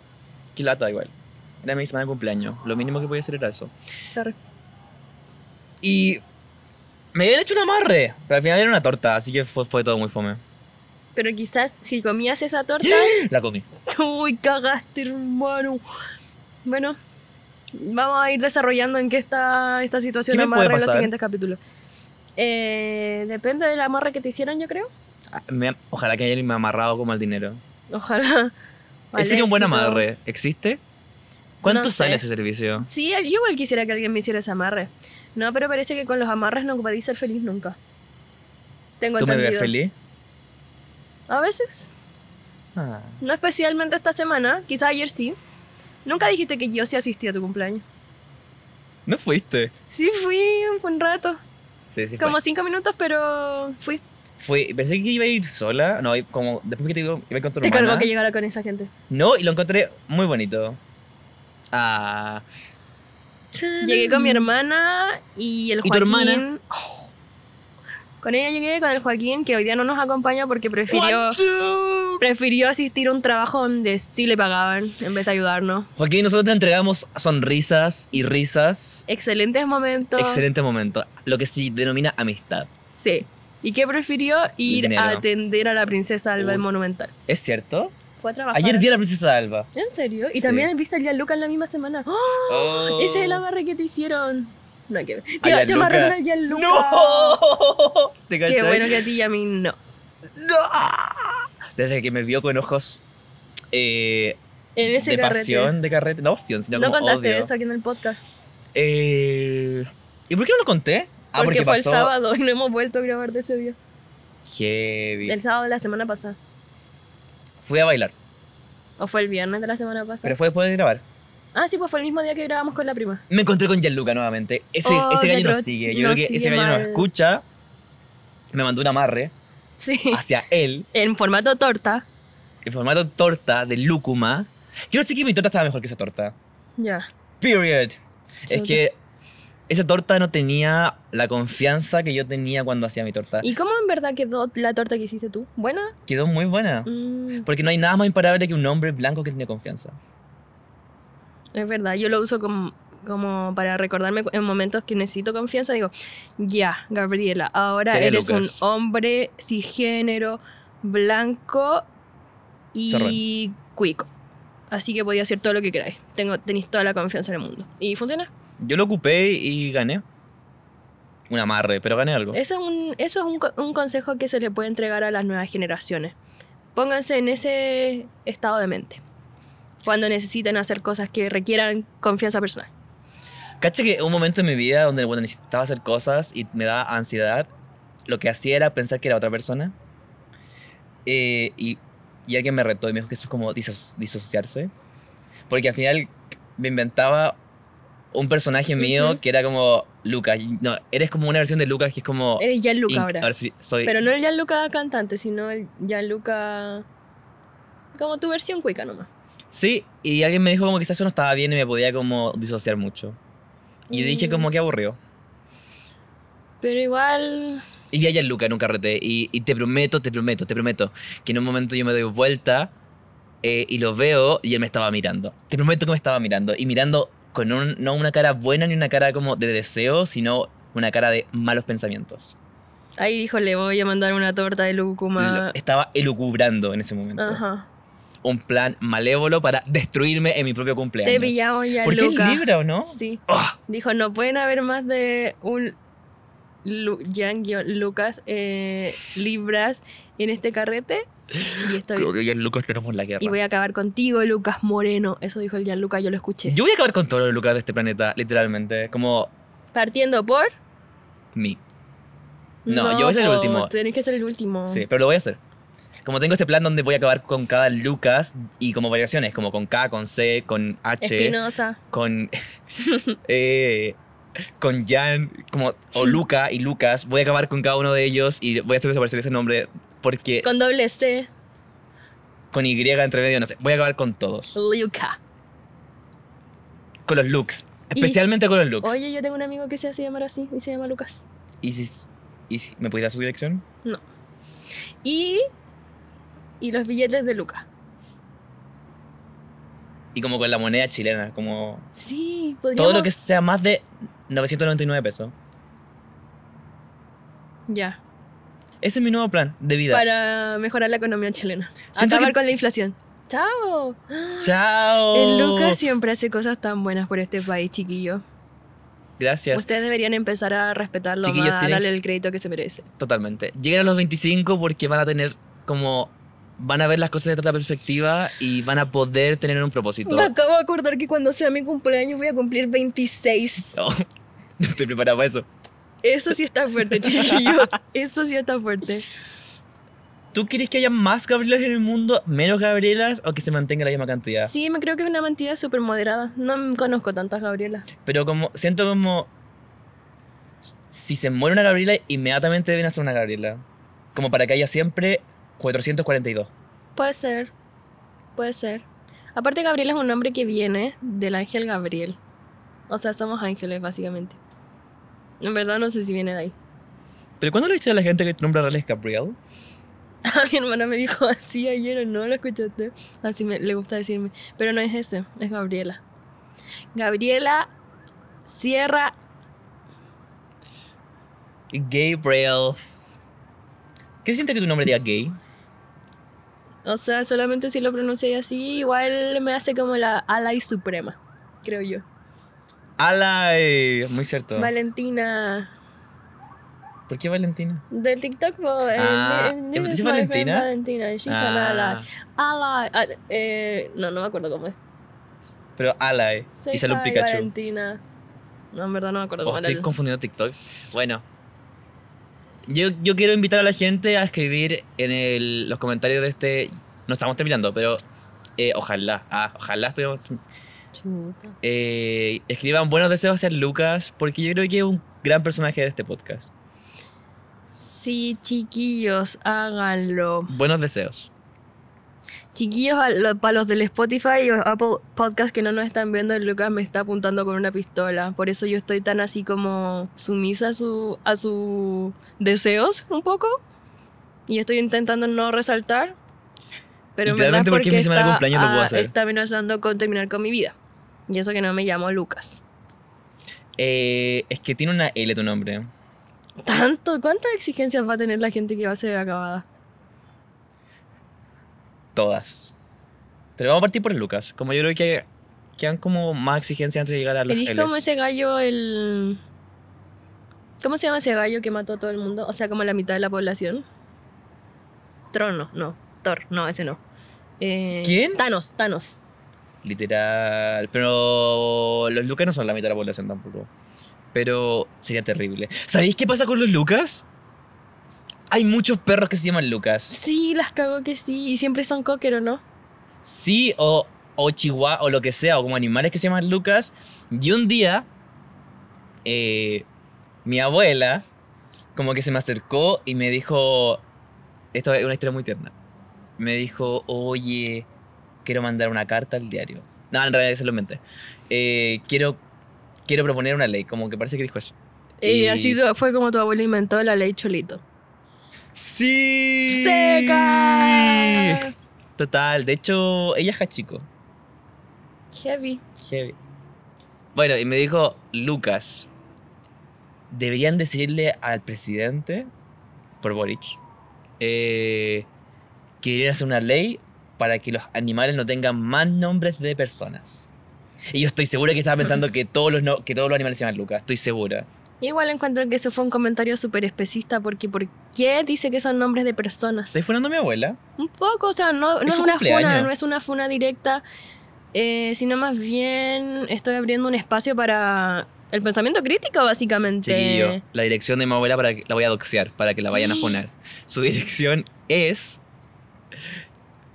[SPEAKER 2] Qué lata igual. Era mi semana de cumpleaños. Lo mínimo que podía hacer era eso.
[SPEAKER 1] Sorry.
[SPEAKER 2] Y me habían hecho un amarre. Pero al final era una torta. Así que fue, fue todo muy fome.
[SPEAKER 1] Pero quizás si comías esa torta,
[SPEAKER 2] La comí.
[SPEAKER 1] uy, cagaste, hermano. Bueno, vamos a ir desarrollando en qué está esta situación
[SPEAKER 2] ¿Qué me puede
[SPEAKER 1] amarra en los
[SPEAKER 2] pasar?
[SPEAKER 1] siguientes capítulos. Eh, depende del amarre que te hicieron, yo creo.
[SPEAKER 2] Ah, me- ojalá que alguien me ha amarrado como el dinero.
[SPEAKER 1] Ojalá. Vale,
[SPEAKER 2] ese sería un buen
[SPEAKER 1] éxito.
[SPEAKER 2] amarre. ¿Existe? ¿Cuánto
[SPEAKER 1] No
[SPEAKER 2] sale
[SPEAKER 1] sé.
[SPEAKER 2] ese servicio?
[SPEAKER 1] Sí, yo igual quisiera que alguien me hiciera ese amarre. No, pero parece que con los amarres no podéis ser feliz nunca. Tengo
[SPEAKER 2] ¿Tú me
[SPEAKER 1] entendido.
[SPEAKER 2] ves feliz?
[SPEAKER 1] A veces.
[SPEAKER 2] Ah.
[SPEAKER 1] No especialmente esta semana, quizás ayer sí. Nunca dijiste que yo sí asistí a tu cumpleaños.
[SPEAKER 2] No fuiste.
[SPEAKER 1] Sí fui fue un rato,
[SPEAKER 2] Sí, sí.
[SPEAKER 1] como cinco minutos, pero fui.
[SPEAKER 2] Fue. Fue- Pensé que iba a ir sola. No, y como después que te digo, iba con tu
[SPEAKER 1] Te
[SPEAKER 2] hermana.
[SPEAKER 1] cargó que llegara con esa gente.
[SPEAKER 2] No, y lo encontré muy bonito. Ah.
[SPEAKER 1] Llegué con mi hermana y el
[SPEAKER 2] ¿Y tu
[SPEAKER 1] Joaquín.
[SPEAKER 2] hermana?
[SPEAKER 1] Oh. Con ella llegué, con el Joaquín, que hoy día no nos acompaña porque prefirió,
[SPEAKER 2] Joaquín.
[SPEAKER 1] prefirió asistir a un trabajo donde sí le pagaban en vez de ayudarnos.
[SPEAKER 2] Joaquín, nosotros te entregamos sonrisas y risas.
[SPEAKER 1] Excelentes momentos.
[SPEAKER 2] Excelente momento. Lo que se denomina amistad.
[SPEAKER 1] Sí. ¿Y qué prefirió? Ir
[SPEAKER 2] Dinero.
[SPEAKER 1] a atender a la princesa Alba
[SPEAKER 2] Uy.
[SPEAKER 1] del Monumental.
[SPEAKER 2] ¿Es cierto?
[SPEAKER 1] Fue a trabajar.
[SPEAKER 2] Ayer vi a la princesa de Alba.
[SPEAKER 1] ¿En serio? Y
[SPEAKER 2] Sí.
[SPEAKER 1] también viste al Día Lucas la misma semana. ¡Oh!
[SPEAKER 2] Oh.
[SPEAKER 1] Ese es el amarre que te hicieron. No hay que ver.
[SPEAKER 2] Ay,
[SPEAKER 1] Te,
[SPEAKER 2] al
[SPEAKER 1] te
[SPEAKER 2] Luca.
[SPEAKER 1] amarraron al Jan Lucas.
[SPEAKER 2] Oh. ¡No! ¿Te
[SPEAKER 1] Qué
[SPEAKER 2] cachai?
[SPEAKER 1] bueno que a ti y a mí no.
[SPEAKER 2] ¡No! Desde que me vio con ojos eh,
[SPEAKER 1] En ese
[SPEAKER 2] de
[SPEAKER 1] carrete.
[SPEAKER 2] pasión, de carrete. No pasión, sino
[SPEAKER 1] No
[SPEAKER 2] como
[SPEAKER 1] contaste
[SPEAKER 2] odio.
[SPEAKER 1] eso aquí en el podcast.
[SPEAKER 2] Eh, ¿Y por qué no lo conté? Ah,
[SPEAKER 1] porque,
[SPEAKER 2] porque,
[SPEAKER 1] fue
[SPEAKER 2] pasó
[SPEAKER 1] el sábado y no hemos vuelto a grabar de ese día.
[SPEAKER 2] heavy.
[SPEAKER 1] El sábado de la semana pasada.
[SPEAKER 2] Fui a bailar,
[SPEAKER 1] O fue el viernes de la semana pasada.
[SPEAKER 2] pero fue después de grabar.
[SPEAKER 1] Ah, sí, pues fue el mismo día que grabamos con la prima.
[SPEAKER 2] Me encontré con Gianluca nuevamente. Ese,
[SPEAKER 1] Oh,
[SPEAKER 2] ese gallo
[SPEAKER 1] Gianluca
[SPEAKER 2] nos sigue. Yo
[SPEAKER 1] nos
[SPEAKER 2] creo que ese
[SPEAKER 1] sigue
[SPEAKER 2] gallo
[SPEAKER 1] mal.
[SPEAKER 2] nos escucha. Me mandó un amarre
[SPEAKER 1] Sí.
[SPEAKER 2] hacia él
[SPEAKER 1] En formato torta.
[SPEAKER 2] en formato torta de lúcuma. Quiero decir que mi torta estaba mejor que esa torta.
[SPEAKER 1] Ya.
[SPEAKER 2] Period. Es
[SPEAKER 1] Chuta.
[SPEAKER 2] que esa torta no tenía la confianza que yo tenía cuando hacía mi torta.
[SPEAKER 1] ¿Y cómo en verdad quedó la torta que hiciste tú? ¿Buena?
[SPEAKER 2] Quedó muy buena.
[SPEAKER 1] Mm,
[SPEAKER 2] Porque no hay nada más imparable que un hombre blanco que tiene confianza.
[SPEAKER 1] es verdad, yo lo uso como, como para recordarme cu- en momentos que necesito confianza. Digo, ya, Gabriela, ahora
[SPEAKER 2] Sería
[SPEAKER 1] eres
[SPEAKER 2] Lucas.
[SPEAKER 1] un hombre cisgénero, blanco y cuico. Así que podía hacer todo lo que queráis. Tengo, tenéis toda la confianza en el mundo. ¿Y funciona?
[SPEAKER 2] Yo lo ocupé y gané. Un amarre, pero gané algo.
[SPEAKER 1] Eso es, un, eso es un, co- un consejo que se le puede entregar a las nuevas generaciones. Pónganse en ese estado de mente cuando necesiten hacer cosas que requieran confianza personal.
[SPEAKER 2] Caché que hubo un momento en mi vida donde bueno, necesitaba hacer cosas y me daba ansiedad, lo que hacía era pensar que era otra persona. Eh, y, y alguien me retó y me dijo que eso es como diso- disociarse. Porque al final me inventaba un personaje mío
[SPEAKER 1] Ujú.
[SPEAKER 2] que era como Lucas. Y No, eres como una versión de Lucas que es como...
[SPEAKER 1] Eres Gianluca
[SPEAKER 2] Oh, inc-
[SPEAKER 1] ahora.
[SPEAKER 2] ahora sí, soy,
[SPEAKER 1] Pero no el Gianluca cantante, sino el Gianluca... Como tu versión cuica nomás.
[SPEAKER 2] Sí, y alguien me dijo como que eso no estaba bien y me podía como disociar mucho. Y yo dije
[SPEAKER 1] Mm.
[SPEAKER 2] como que aburrido.
[SPEAKER 1] Pero igual...
[SPEAKER 2] Y vi a Gianluca en un carrete y, y te prometo, te prometo, te prometo que en un momento yo me doy vuelta eh, y lo veo y él me estaba mirando. Te prometo que me estaba mirando y mirando con un- no una cara buena ni una cara como de deseo, sino una cara de malos pensamientos.
[SPEAKER 1] Ahí dijo, le voy a mandar una torta de
[SPEAKER 2] Lo-
[SPEAKER 1] lúcuma.
[SPEAKER 2] Estaba elucubrando en ese momento.
[SPEAKER 1] Ajá.
[SPEAKER 2] Un plan malévolo para destruirme en mi propio cumpleaños.
[SPEAKER 1] Te pillamos, Gianluca.
[SPEAKER 2] Porque es Libra, ¿o no?
[SPEAKER 1] Sí.
[SPEAKER 2] ¡Ah!
[SPEAKER 1] Dijo, no pueden haber más de un Lu- Jan guión Lucas eh, libras en este carrete. Y
[SPEAKER 2] Creo
[SPEAKER 1] estoy
[SPEAKER 2] que Gianluca tenemos la guerra.
[SPEAKER 1] y voy a acabar contigo, Lucas Moreno. Eso dijo el Jan Lucas, yo lo escuché.
[SPEAKER 2] Yo voy a acabar con todos los Lucas de este planeta, literalmente. Como
[SPEAKER 1] Partiendo por.
[SPEAKER 2] mí. No, yo voy a ser el
[SPEAKER 1] po,
[SPEAKER 2] último.
[SPEAKER 1] Tenés que ser el último.
[SPEAKER 2] Sí, pero lo voy a hacer. Como tengo este plan donde voy a acabar con cada Lucas y como variaciones, como con K, con C, con H,
[SPEAKER 1] Espinosa.
[SPEAKER 2] con. eh, con Jan, como, o Luca y Lucas. Voy a acabar con cada uno de ellos y voy a hacer desaparecer ese nombre porque. Con,
[SPEAKER 1] Con doble C.
[SPEAKER 2] Y entre medio, no sé. Voy a acabar con todos.
[SPEAKER 1] Luca.
[SPEAKER 2] con los looks. Especialmente con los looks.
[SPEAKER 1] Oye, yo tengo un amigo que se hace llamar así y se llama Lucas.
[SPEAKER 2] ¿Y si, y si- me puedes dar su dirección?
[SPEAKER 1] Y. Y los billetes de Lucas.
[SPEAKER 2] Y como con la moneda chilena, como
[SPEAKER 1] Sí, podríamos.
[SPEAKER 2] todo lo que sea más de 999 pesos.
[SPEAKER 1] Ya.
[SPEAKER 2] Ese es mi nuevo plan de vida.
[SPEAKER 1] Para mejorar la economía chilena.
[SPEAKER 2] Siento
[SPEAKER 1] Acabar
[SPEAKER 2] que- Oh.
[SPEAKER 1] con la inflación. ¡Chao!
[SPEAKER 2] Chao.
[SPEAKER 1] El Lucas siempre hace cosas tan buenas por este país, chiquillo.
[SPEAKER 2] Gracias,
[SPEAKER 1] Ustedes deberían empezar a respetarlo
[SPEAKER 2] Chiquillos,
[SPEAKER 1] más, a
[SPEAKER 2] tienen-
[SPEAKER 1] darle el crédito que se merece.
[SPEAKER 2] totalmente. Lleguen a los 25 porque van a tener como van a ver las cosas desde otra perspectiva y van a poder tener un propósito.
[SPEAKER 1] Me acabo de acordar que cuando sea mi cumpleaños voy a cumplir 26.
[SPEAKER 2] No, no estoy preparado para eso.
[SPEAKER 1] Eso sí está fuerte, chiquillos. Eso sí está fuerte.
[SPEAKER 2] ¿Tú quieres que haya más Gabrielas en el mundo, menos Gabrielas o que se mantenga la misma cantidad?
[SPEAKER 1] Sí, me creo que es una mentira súper moderada. No me conozco tantas Gabriela.
[SPEAKER 2] Pero como siento como si se muere una Gabriela, inmediatamente deben hacer una Gabriela. Como para que haya siempre 442.
[SPEAKER 1] Puede ser. Puede ser. Aparte, Gabriela es un nombre que viene del ángel Gabriel. O sea, somos ángeles, básicamente. En verdad, no sé si viene de ahí.
[SPEAKER 2] ¿Pero cuándo le dices a la gente que tu nombre real es Gabriel?
[SPEAKER 1] A Ah, mi hermana me dijo así ayer, ¿o ¿no? ¿Lo escuchaste? Así me, le gusta decirme. Pero no es ese, es Gabriela. Gabriela Sierra.
[SPEAKER 2] Gabriel. ¿Qué siente que tu nombre diga gay?
[SPEAKER 1] O sea, solamente si lo pronuncié así, igual me hace como la Alay Suprema, creo yo.
[SPEAKER 2] Alay. eh, Muy cierto.
[SPEAKER 1] Valentina.
[SPEAKER 2] ¿Por qué Valentina?
[SPEAKER 1] Del TikTok, po, eh,
[SPEAKER 2] Ah,
[SPEAKER 1] eh,
[SPEAKER 2] ¿te
[SPEAKER 1] this is
[SPEAKER 2] dice
[SPEAKER 1] my friend
[SPEAKER 2] Valentina?
[SPEAKER 1] Valentina, she's an
[SPEAKER 2] Ah,
[SPEAKER 1] ally. Ally. Ah, eh, no, no me acuerdo cómo es.
[SPEAKER 2] pero Alay.
[SPEAKER 1] Say
[SPEAKER 2] Y sale un
[SPEAKER 1] hi,
[SPEAKER 2] Pikachu.
[SPEAKER 1] Valentina. No, en verdad no me acuerdo
[SPEAKER 2] O
[SPEAKER 1] cómo era.
[SPEAKER 2] Oh, estoy
[SPEAKER 1] el-
[SPEAKER 2] confundiendo TikToks. Bueno. Yo, yo quiero invitar a la gente a escribir en el- los comentarios de este... No estamos terminando, pero eh, ojalá. Ah, ojalá estuviéramos...
[SPEAKER 1] Chuta.
[SPEAKER 2] eh, escriban buenos deseos hacia Lucas, porque yo creo que es un gran personaje de este podcast.
[SPEAKER 1] Sí, chiquillos, háganlo.
[SPEAKER 2] Buenos deseos.
[SPEAKER 1] Chiquillos, a lo- para los del Spotify y Apple Podcast que no nos están viendo, el Lucas me está apuntando con una pistola. Por eso yo estoy tan así como sumisa a su a sus deseos un poco. Y estoy intentando no resaltar. Pero en verdad
[SPEAKER 2] Literalmente porque es mi semana de
[SPEAKER 1] está-
[SPEAKER 2] cumpleaños, no puedo
[SPEAKER 1] ah,
[SPEAKER 2] hacer.
[SPEAKER 1] está amenazando con terminar con mi vida. Y eso que no me llamo Lucas.
[SPEAKER 2] Eh, es que tiene una L tu nombre.
[SPEAKER 1] Tanto, ¿cuántas exigencias va a tener la gente que va a ser acabada?
[SPEAKER 2] Todas. Pero vamos a partir por el Lucas. Como yo creo que quedan como más exigencias antes de llegar a los
[SPEAKER 1] Eres como
[SPEAKER 2] Ls.
[SPEAKER 1] ese gallo, el. ¿Cómo se llama ese gallo que mató a todo el mundo? O sea, como la mitad de la población. Trono, no. Thor, no, ese no. Eh,
[SPEAKER 2] ¿Quién?
[SPEAKER 1] Thanos, Thanos.
[SPEAKER 2] Literal. Pero los Lucas no son la mitad de la población tampoco. Pero sería terrible. ¿Sabéis qué pasa con los Lucas? Hay muchos perros que se llaman Lucas.
[SPEAKER 1] Sí, las cago que sí. Y siempre son cocker, ¿o no?
[SPEAKER 2] Sí, o, o chihuahua, o lo que sea, o como animales que se llaman Lucas. Y un día, eh, mi abuela, como que se me acercó y me dijo, esto es una historia muy tierna, me dijo, oye, quiero mandar una carta al diario. No, en realidad se lo inventé. Eh, quiero, quiero proponer una ley, como que parece que dijo eso.
[SPEAKER 1] Y, así fue como tu abuelo inventó la ley Cholito.
[SPEAKER 2] ¡Sí!
[SPEAKER 1] ¡Seca!
[SPEAKER 2] Total, de hecho, ella es Hachiko.
[SPEAKER 1] Heavy.
[SPEAKER 2] Heavy. Bueno, y me dijo, Lucas, deberían decirle al presidente, por Boric, eh, que deberían hacer una ley para que los animales no tengan más nombres de personas. Y yo estoy segura que estaba pensando que todos los, no- que todos los animales se llaman Lucas, estoy segura.
[SPEAKER 1] Igual encuentro que eso fue un comentario súper especista porque ¿por qué dice que son nombres de personas?
[SPEAKER 2] ¿Estoy funando a mi abuela?
[SPEAKER 1] Un poco, o sea, no, no
[SPEAKER 2] Es
[SPEAKER 1] es,
[SPEAKER 2] su
[SPEAKER 1] una funa,
[SPEAKER 2] cumpleaños.
[SPEAKER 1] no es una funa directa, eh, sino más bien estoy abriendo un espacio para el pensamiento crítico,
[SPEAKER 2] Chiquillo,
[SPEAKER 1] básicamente.
[SPEAKER 2] la dirección de mi abuela para que, la voy a doxear, para que la vayan a
[SPEAKER 1] Sí.
[SPEAKER 2] funar. Su dirección es...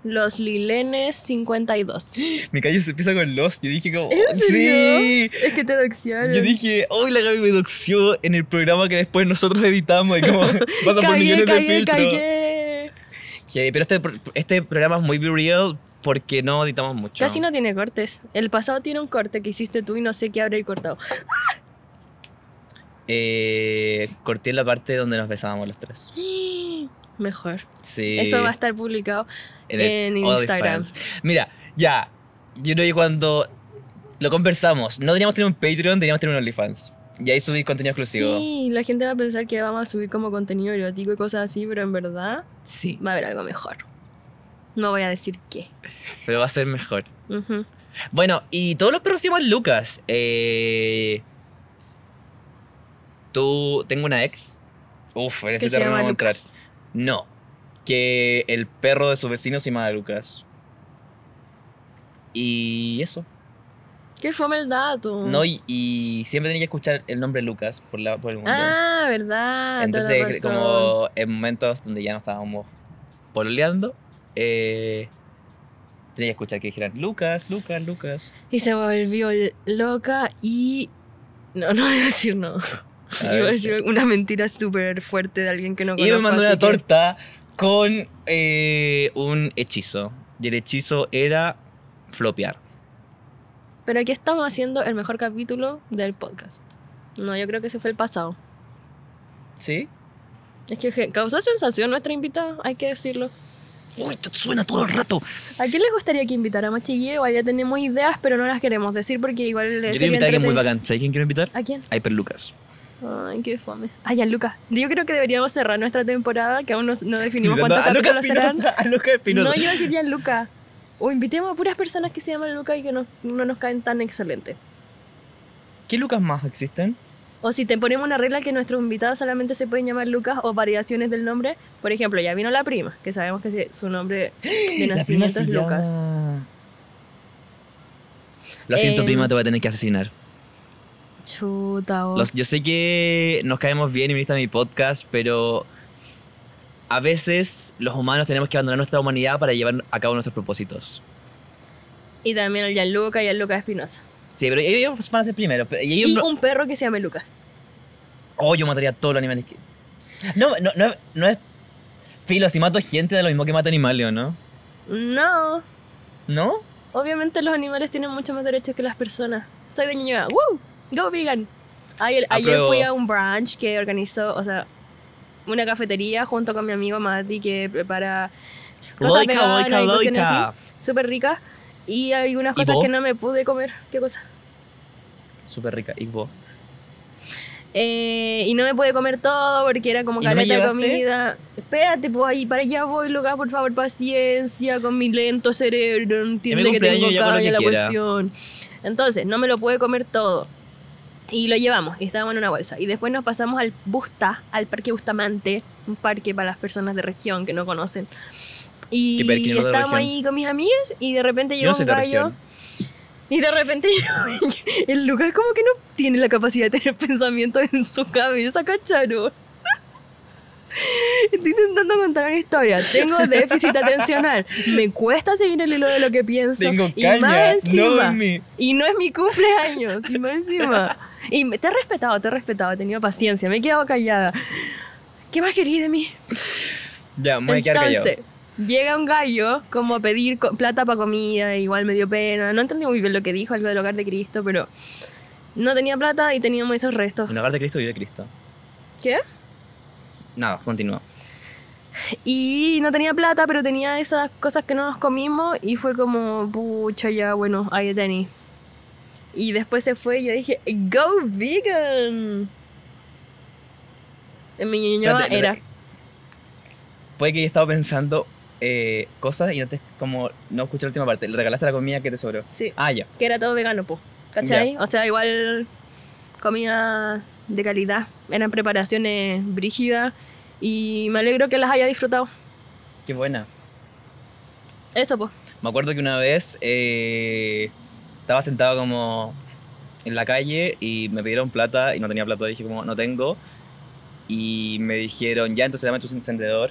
[SPEAKER 1] Los Lilenes 52.
[SPEAKER 2] Mi calle se empieza con los, yo dije como...
[SPEAKER 1] ¿En serio?
[SPEAKER 2] ¡Sí!
[SPEAKER 1] es que te doxiaron.
[SPEAKER 2] Yo dije, hoy la Gaby me doxió en el programa que después nosotros editamos y como pasa por
[SPEAKER 1] cagué,
[SPEAKER 2] millones de
[SPEAKER 1] cagué,
[SPEAKER 2] filtros.
[SPEAKER 1] cagué.
[SPEAKER 2] Sí, pero este, pro- este programa es muy be real porque no editamos mucho.
[SPEAKER 1] Casi no tiene cortes. El pasado tiene un corte que hiciste tú y no sé qué habré cortado.
[SPEAKER 2] Eh, corté la parte donde nos besábamos los tres.
[SPEAKER 1] Mejor.
[SPEAKER 2] Sí.
[SPEAKER 1] Eso va a estar publicado.
[SPEAKER 2] en, el
[SPEAKER 1] en Instagram.
[SPEAKER 2] OnlyFans. Mira, ya. Yo creo que cuando lo conversamos, no teníamos tener un Patreon, teníamos tener un OnlyFans. Y ahí subí contenido exclusivo.
[SPEAKER 1] Sí, la gente va a pensar que vamos a subir como contenido erótico y cosas así, pero en verdad
[SPEAKER 2] Sí,
[SPEAKER 1] va a haber algo mejor. No voy a decir qué.
[SPEAKER 2] pero va a ser mejor.
[SPEAKER 1] Ujú.
[SPEAKER 2] Bueno, y todos los perros se llaman Lucas. Eh, tú, tengo una ex. Uf, en
[SPEAKER 1] ¿Qué
[SPEAKER 2] ese
[SPEAKER 1] se
[SPEAKER 2] terreno
[SPEAKER 1] llama
[SPEAKER 2] vamos a entrar.
[SPEAKER 1] Lucas?
[SPEAKER 2] No, que el perro de su vecino se llama Lucas. Y eso.
[SPEAKER 1] Qué fome el dato.
[SPEAKER 2] No, y, y siempre tenía que escuchar el nombre Lucas por, la, por el mundo.
[SPEAKER 1] ah, verdad. toda la
[SPEAKER 2] Entonces,
[SPEAKER 1] razón.
[SPEAKER 2] como en momentos donde ya no estábamos pololeando, eh, tenía que escuchar que dijeran Lucas, Lucas, Lucas.
[SPEAKER 1] Y se volvió loca y. No, no voy a decir no.
[SPEAKER 2] A
[SPEAKER 1] Iba a
[SPEAKER 2] ver.
[SPEAKER 1] decir una mentira súper fuerte de alguien que no
[SPEAKER 2] Y
[SPEAKER 1] conozco.
[SPEAKER 2] me mandó una
[SPEAKER 1] así que-
[SPEAKER 2] torta con eh, un hechizo. Y el hechizo era flopear.
[SPEAKER 1] Pero aquí estamos haciendo el mejor capítulo del podcast. No, yo creo que ese fue el pasado.
[SPEAKER 2] ¿Sí?
[SPEAKER 1] Es que je- causó sensación nuestra invitada, hay que decirlo.
[SPEAKER 2] Uy, esto suena todo el rato.
[SPEAKER 1] ¿A quién les gustaría que invitara más Igual ya tenemos ideas, pero no las queremos decir porque igual
[SPEAKER 2] Yo
[SPEAKER 1] les
[SPEAKER 2] quiero invitar a alguien muy bacán. ¿Sabes quién quiero invitar?
[SPEAKER 1] ¿A quién?
[SPEAKER 2] A Hyper Lucas.
[SPEAKER 1] Ay, qué fome. Ay, a Lucas. Yo creo que deberíamos cerrar nuestra temporada, que aún no, no definimos
[SPEAKER 2] Invitando
[SPEAKER 1] cuántos
[SPEAKER 2] a Lucas
[SPEAKER 1] capítulos serán.
[SPEAKER 2] Espinosa, A Lucas Espinosa.
[SPEAKER 1] No, yo decía Lucas. O invitemos a puras personas que se llaman Lucas y que no, no nos caen tan excelentes.
[SPEAKER 2] ¿Qué Lucas más existen?
[SPEAKER 1] O si te ponemos una regla que nuestros invitados solamente se pueden llamar Lucas o variaciones del nombre. Por ejemplo, ya vino la prima, que sabemos que se- su nombre de
[SPEAKER 2] La prima
[SPEAKER 1] nacimiento
[SPEAKER 2] se
[SPEAKER 1] es Lucas.
[SPEAKER 2] llama- Lo siento,
[SPEAKER 1] Eh,
[SPEAKER 2] prima, te voy a tener que asesinar.
[SPEAKER 1] Chuta, oh.
[SPEAKER 2] Los- yo sé que nos caemos bien y me gusta mi podcast, pero a veces los humanos tenemos que abandonar nuestra humanidad para llevar a cabo nuestros propósitos.
[SPEAKER 1] Y también al Gianluca y al Lucas Espinosa.
[SPEAKER 2] Sí, pero ellos van a ser primero. pero- Y ellos
[SPEAKER 1] Y
[SPEAKER 2] no-
[SPEAKER 1] un perro que se llame Lucas.
[SPEAKER 2] Oh, yo mataría a todos los animales que... No, no, no, no es... Filo, si mato gente da lo mismo que mato animales, ¿o no?
[SPEAKER 1] No,
[SPEAKER 2] ¿No?
[SPEAKER 1] obviamente los animales tienen mucho más derechos que las personas. Soy de Ñuñoa. ¡Woo! ¡Go vegan! Ayer, ayer
[SPEAKER 2] Apruebo.
[SPEAKER 1] fui a un brunch que organizó, o sea, una cafetería junto con mi amigo Mati que prepara cosas
[SPEAKER 2] Loica,
[SPEAKER 1] veganas
[SPEAKER 2] loica,
[SPEAKER 1] y cuestiones
[SPEAKER 2] loica.
[SPEAKER 1] así, súper ricas. Y hay unas
[SPEAKER 2] ¿Y
[SPEAKER 1] cosas
[SPEAKER 2] vos?
[SPEAKER 1] que no me pude comer. ¿Qué cosa?
[SPEAKER 2] Súper rica. ¿Y vos?
[SPEAKER 1] Eh, y no me pude comer todo porque era como
[SPEAKER 2] ¿Y no me
[SPEAKER 1] caleta de
[SPEAKER 2] llevaste?
[SPEAKER 1] comida. Espérate, pues ahí para allá voy, Lucas, por favor, paciencia con mi lento cerebro. Entiendo que
[SPEAKER 2] cumpleaños
[SPEAKER 1] tengo
[SPEAKER 2] yo hago lo
[SPEAKER 1] caña
[SPEAKER 2] que
[SPEAKER 1] la
[SPEAKER 2] quiera.
[SPEAKER 1] cuestión. Entonces, no me lo pude comer todo. Y lo llevamos, y estábamos en una bolsa. Y después nos pasamos al Busta, al Parque Bustamante, un parque para las personas de región que no conocen. Y
[SPEAKER 2] ¿Qué parque no de
[SPEAKER 1] estábamos
[SPEAKER 2] región?
[SPEAKER 1] ahí con mis amigas y de repente
[SPEAKER 2] Yo
[SPEAKER 1] llegó
[SPEAKER 2] no soy
[SPEAKER 1] un
[SPEAKER 2] de
[SPEAKER 1] gallo.
[SPEAKER 2] región.
[SPEAKER 1] Y de repente yo- el Lucas como que no tiene la capacidad de tener pensamientos en su cabeza, ¿cacharon? Estoy intentando contar una historia. Tengo déficit atencional. Me cuesta seguir el hilo de lo que pienso.
[SPEAKER 2] Tengo
[SPEAKER 1] y
[SPEAKER 2] caña.
[SPEAKER 1] más
[SPEAKER 2] No
[SPEAKER 1] encima.
[SPEAKER 2] dormí.
[SPEAKER 1] y no es mi cumpleaños. Y más encima. Y me- te he respetado, te he respetado. He tenido paciencia. Me he quedado callada. ¿Qué más querí de mí?
[SPEAKER 2] Ya, me voy a quedar callado.
[SPEAKER 1] Entonces, llega un gallo como a pedir co- plata para comida, igual me dio pena. No entendí muy bien lo que dijo, algo del hogar de Cristo, pero no tenía plata y teníamos esos restos.
[SPEAKER 2] En hogar de Cristo vive Cristo.
[SPEAKER 1] ¿Qué?
[SPEAKER 2] Nada, continúa.
[SPEAKER 1] Y no tenía plata, pero tenía esas cosas que no nos comimos y fue como, pucha, ya, bueno, ahí tenis. Y después se fue y yo dije, ¡Go vegan! En mi niño
[SPEAKER 2] Espérate,
[SPEAKER 1] era.
[SPEAKER 2] espérate. Puede que haya estado pensando eh, cosas y no te como no escuché la última parte. Le regalaste la comida que te sobró.
[SPEAKER 1] Sí.
[SPEAKER 2] Ah, ya.
[SPEAKER 1] que era todo vegano, po. ¿Cachai? O sea, igual comida de calidad, eran preparaciones brígidas y me alegro que las haya disfrutado.
[SPEAKER 2] Qué buena.
[SPEAKER 1] Eso, po.
[SPEAKER 2] Me acuerdo que una vez eh, estaba sentado como en la calle y me pidieron plata y no tenía plata. Dije como, no tengo. Y me dijeron, ya, entonces dame tu encendedor.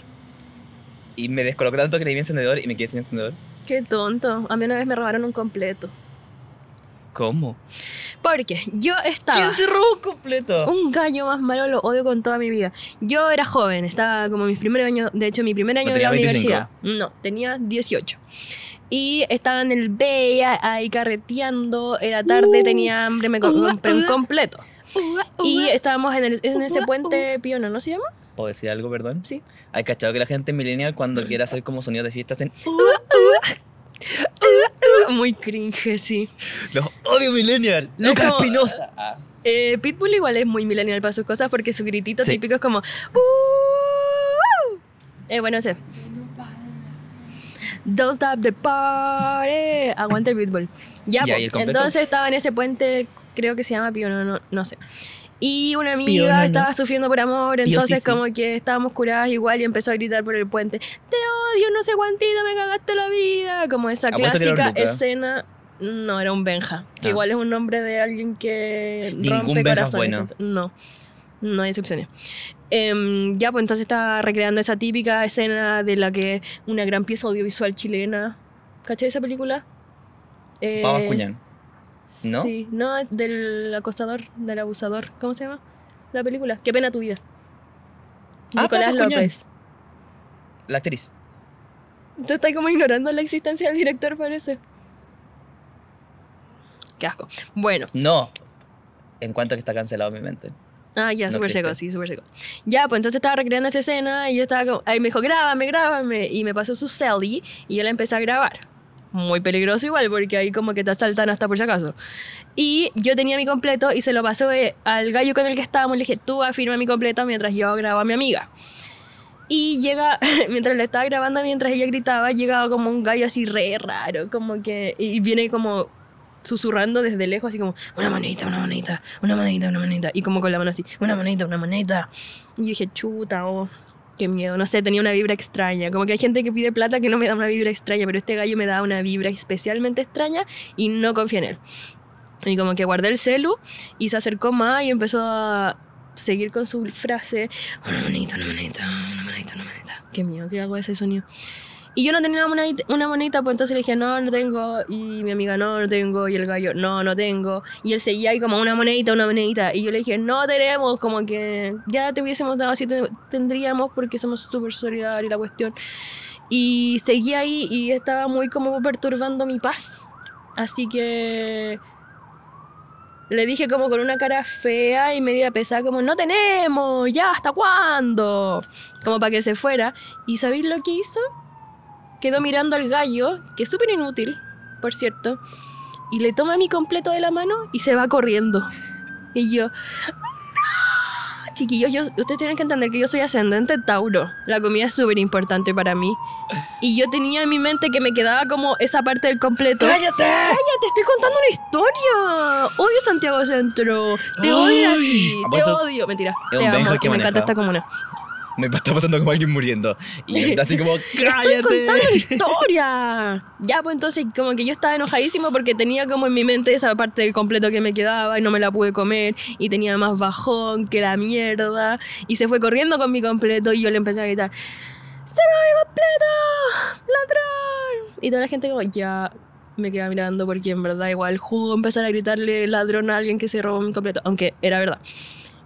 [SPEAKER 2] Y me descolocó tanto que le di mi encendedor y me quedé sin encendedor.
[SPEAKER 1] Qué tonto. A mí una vez me robaron un completo.
[SPEAKER 2] ¿Cómo?
[SPEAKER 1] Porque yo
[SPEAKER 2] ¿Quién
[SPEAKER 1] estaba...
[SPEAKER 2] te robó un completo?
[SPEAKER 1] Un gallo más malo lo odio con toda mi vida. Yo era joven, estaba como mis primeros años, de hecho mi primer año de
[SPEAKER 2] tenía
[SPEAKER 1] la
[SPEAKER 2] 25?
[SPEAKER 1] universidad. No, tenía 18. Y estaba en el Bella ahí carreteando, era tarde,
[SPEAKER 3] Uh,
[SPEAKER 1] tenía hambre, me co-
[SPEAKER 3] uh,
[SPEAKER 1] compré un
[SPEAKER 3] uh.
[SPEAKER 1] completo. Y
[SPEAKER 3] Y
[SPEAKER 1] estábamos en, el- en ese
[SPEAKER 3] uh,
[SPEAKER 1] puente piono, ¿no se llama?
[SPEAKER 2] ¿Puedo decir algo, perdón?
[SPEAKER 1] Sí.
[SPEAKER 2] Hay cachado que la gente millennial cuando quiere hacer como sonidos de fiestas hacen
[SPEAKER 1] Muy cringe, sí.
[SPEAKER 2] los odio millennial, Lucas
[SPEAKER 1] como-
[SPEAKER 2] Espinosa. Ah,
[SPEAKER 1] Eh, Pitbull igual es muy millennial para sus cosas porque su gritito
[SPEAKER 2] Sí.
[SPEAKER 1] típico es como... "Uh". Eh, bueno, ese. Don't stop the party. Aguante el Pitbull. Ya,
[SPEAKER 2] Ya,
[SPEAKER 1] po.
[SPEAKER 2] ¿y el completo?
[SPEAKER 1] entonces estaba en ese puente, creo que se llama Piono, no, no sé. Y una amiga
[SPEAKER 2] Pionono.
[SPEAKER 1] estaba sufriendo por amor,
[SPEAKER 2] sí,
[SPEAKER 1] entonces
[SPEAKER 2] sí.
[SPEAKER 1] como que estábamos curadas igual y empezó a gritar por el puente. Te odio, no sé cuántito, me cagaste la vida. Como esa
[SPEAKER 2] Apuesto que era un
[SPEAKER 1] clásica
[SPEAKER 2] Luca.
[SPEAKER 1] escena. No, era un Benja, que
[SPEAKER 2] Ah.
[SPEAKER 1] igual es un nombre de alguien que
[SPEAKER 2] Ningún
[SPEAKER 1] rompe
[SPEAKER 2] Benja es
[SPEAKER 1] corazones.
[SPEAKER 2] bueno.
[SPEAKER 1] ent- No, no hay excepciones. Em, ya, pues entonces estaba recreando esa típica escena de la que una gran pieza audiovisual chilena. ¿Cachai esa película? Eh,
[SPEAKER 2] Pablo Bascuñán. ¿no?
[SPEAKER 1] Sí, no, es del acosador, del abusador. ¿Cómo se llama? La película. Qué pena tu vida.
[SPEAKER 2] Ah,
[SPEAKER 1] Nicolás
[SPEAKER 2] Pato Cuñán.
[SPEAKER 1] López.
[SPEAKER 2] La actriz.
[SPEAKER 1] Tú estás como ignorando la existencia del director, parece. Qué asco. Bueno.
[SPEAKER 2] No. En cuanto que está cancelado mi mente.
[SPEAKER 1] Ah, ya,
[SPEAKER 2] No
[SPEAKER 1] súper seco,
[SPEAKER 2] existe.
[SPEAKER 1] sí, súper seco. Ya, pues entonces estaba recreando esa escena y yo estaba como, ahí me dijo, grábame, grábame. Y me pasó su celly y yo la empecé a grabar. Muy peligroso igual, porque ahí como que te asaltan hasta por si acaso. Y yo tenía mi completo y se lo pasé eh, al gallo con el que estábamos. Le dije, tú afirma mi completo mientras yo grabo a mi amiga. Y llega, mientras la estaba grabando, mientras ella gritaba, llegaba como un gallo así re raro, como que. Y viene como susurrando desde lejos, así como, una manita, una manita, una manita, una manita. Y como con la mano así, una manita, una manita. Y yo dije, chuta, oh, qué miedo. No sé, tenía una vibra extraña. Como que hay gente que pide plata que no me da una vibra extraña, pero este gallo me da una vibra especialmente extraña y no confié en él. Y como que guardé el celu y se acercó más y empezó a seguir con su frase. Una monedita, una monedita, una monedita, una monedita. Qué miedo, ¿qué hago ese sonido? Y yo no tenía una monedita, una monedita, pues entonces le dije, no, no tengo. Y mi amiga, no, no tengo. Y el gallo, no, no tengo. Y él seguía ahí como una monedita, una monedita. Y yo le dije, no tenemos, como que ya te hubiésemos dado, si tendríamos, porque somos súper solidarios y la cuestión. Y seguía ahí y estaba muy como perturbando mi paz. Así que le dije como con una cara fea y media pesada, como, no tenemos, ya, ¿hasta cuándo? Como para que se fuera. ¿Y sabéis lo que hizo? Quedó mirando al gallo, que es súper inútil, por cierto, y le toma mi completo de la mano y se va corriendo. Y yo, no, chiquillos, yo- ustedes tienen que entender que yo soy ascendente Tauro. La comida es súper importante para mí. Y yo tenía en mi mente que me quedaba como esa parte del completo.
[SPEAKER 2] ¡Cállate!
[SPEAKER 1] Te estoy contando una historia. Odio Santiago Centro. Te odio así. Te
[SPEAKER 2] Apuesto-
[SPEAKER 1] odio. Mentira.
[SPEAKER 2] Ah, Es
[SPEAKER 1] Te
[SPEAKER 2] un
[SPEAKER 1] amo.
[SPEAKER 2] Benja
[SPEAKER 1] Me
[SPEAKER 2] el que
[SPEAKER 1] encanta
[SPEAKER 2] maneja.
[SPEAKER 1] esta comuna.
[SPEAKER 2] Me está pasando como alguien muriendo. Y está así como,
[SPEAKER 1] Estoy contando una
[SPEAKER 2] ¡cállate!
[SPEAKER 1] historia. Ya, pues entonces como que yo estaba enojadísimo porque tenía como en mi mente esa parte del completo que me quedaba y no me la pude comer y tenía más bajón que la mierda y se fue corriendo con mi completo y yo le empecé a gritar, ¡Cero mi completo! ¡Ladrón! Y toda la gente como, ya me queda mirando porque en verdad igual jugo empezar a gritarle ladrón a alguien que se robó mi completo, aunque era verdad.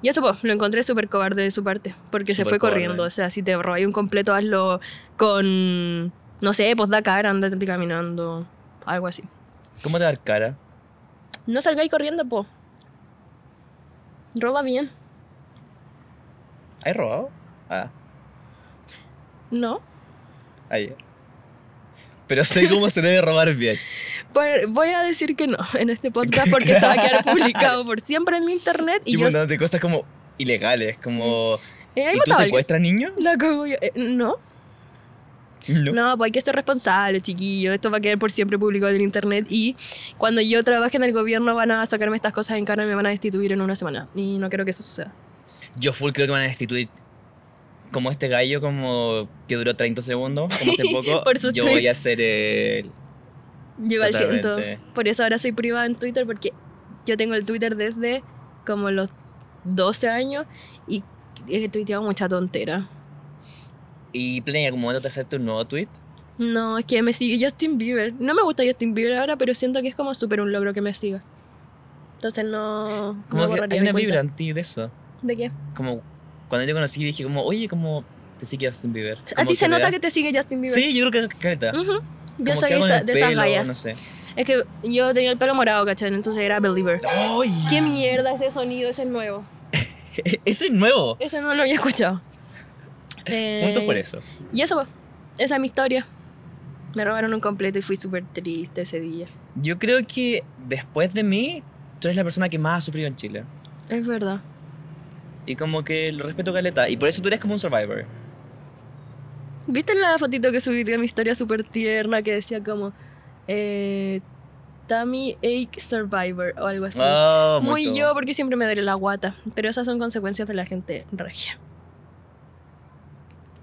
[SPEAKER 1] Y eso pues, lo encontré súper cobarde de su parte, porque se
[SPEAKER 2] Súper
[SPEAKER 1] fue
[SPEAKER 2] cobarde.
[SPEAKER 1] corriendo. O sea, si te robáis un completo, hazlo con, no sé, pues da cara, andate caminando, algo así.
[SPEAKER 2] ¿Cómo te dar cara?
[SPEAKER 1] No salgáis corriendo, po. Roba bien.
[SPEAKER 2] ¿Has robado? Ah,
[SPEAKER 1] No.
[SPEAKER 2] ayer. Pero sé cómo se debe robar bien.
[SPEAKER 1] Por- Pues, voy a decir que no en este podcast porque esto va a quedar publicado por siempre en internet
[SPEAKER 2] Y,
[SPEAKER 1] y
[SPEAKER 2] un
[SPEAKER 1] yo...
[SPEAKER 2] montón de cosas como ilegales, como...
[SPEAKER 1] Eh, ahí
[SPEAKER 2] ¿Y tú
[SPEAKER 1] mataba a alguien.
[SPEAKER 2] secuestras niños?
[SPEAKER 1] La cago yo. Eh, no.
[SPEAKER 2] No.
[SPEAKER 1] No, pues hay que ser responsable, chiquillo. Esto va a quedar por siempre publicado en internet. Y cuando yo trabaje en el gobierno, van a sacarme estas cosas en cara y me van a destituir en una semana. Y no quiero que eso suceda.
[SPEAKER 2] Yo full creo que van a destituir como este gallo como que duró 30 segundos, como hace poco.
[SPEAKER 1] Por sus
[SPEAKER 2] yo
[SPEAKER 1] tweets.
[SPEAKER 2] voy a ser el...
[SPEAKER 1] Llego al ciento.
[SPEAKER 2] Totalmente.
[SPEAKER 1] Por eso ahora soy privada en Twitter, porque yo tengo el Twitter desde como los 12 años y he tuiteado mucha tontera.
[SPEAKER 2] ¿Y Play, en algún momento te acepta un nuevo tweet?
[SPEAKER 1] No, es que me sigue Justin Bieber. No me gusta Justin Bieber ahora, pero siento que es como súper un logro que me siga. Entonces no. no
[SPEAKER 2] Como que
[SPEAKER 1] borraría
[SPEAKER 2] hay
[SPEAKER 1] mi
[SPEAKER 2] una
[SPEAKER 1] cuenta.
[SPEAKER 2] vibra anti de eso.
[SPEAKER 1] ¿De qué?
[SPEAKER 2] Como cuando yo conocí dije como, oye, como te sigue Justin Bieber.
[SPEAKER 1] A
[SPEAKER 2] Como
[SPEAKER 1] ti se
[SPEAKER 2] te
[SPEAKER 1] nota
[SPEAKER 2] da-
[SPEAKER 1] que te sigue Justin Bieber.
[SPEAKER 2] Sí, yo creo que es careta.
[SPEAKER 1] Ujú.
[SPEAKER 2] como
[SPEAKER 1] soy
[SPEAKER 2] que hago en
[SPEAKER 1] esa-
[SPEAKER 2] el
[SPEAKER 1] de esas
[SPEAKER 2] pelo,
[SPEAKER 1] gallas.
[SPEAKER 2] No sé.
[SPEAKER 1] Es que yo tenía el pelo morado, ¿cachai? Entonces era Believer.
[SPEAKER 2] ¡Ay!
[SPEAKER 1] ¿Qué mierda ese sonido? Ese es nuevo.
[SPEAKER 2] Ese es nuevo.
[SPEAKER 1] Ese no lo había escuchado. Eh,
[SPEAKER 2] Puntos por eso.
[SPEAKER 1] Y eso, pues. Esa es mi historia. Me robaron un completo y fui súper triste ese día.
[SPEAKER 2] Yo creo que después de mí, tú eres la persona que más ha sufrido en Chile.
[SPEAKER 1] Es verdad.
[SPEAKER 2] Y como que lo respeto caleta. Y por eso tú eres como un survivor.
[SPEAKER 1] ¿Viste la fotito que subí de mi historia súper tierna que decía como eh, Tammy Ache Survivor o algo así?
[SPEAKER 2] Oh,
[SPEAKER 1] Muy
[SPEAKER 2] mucho.
[SPEAKER 1] yo, porque siempre me duele la guata. Pero esas son consecuencias de la gente regia.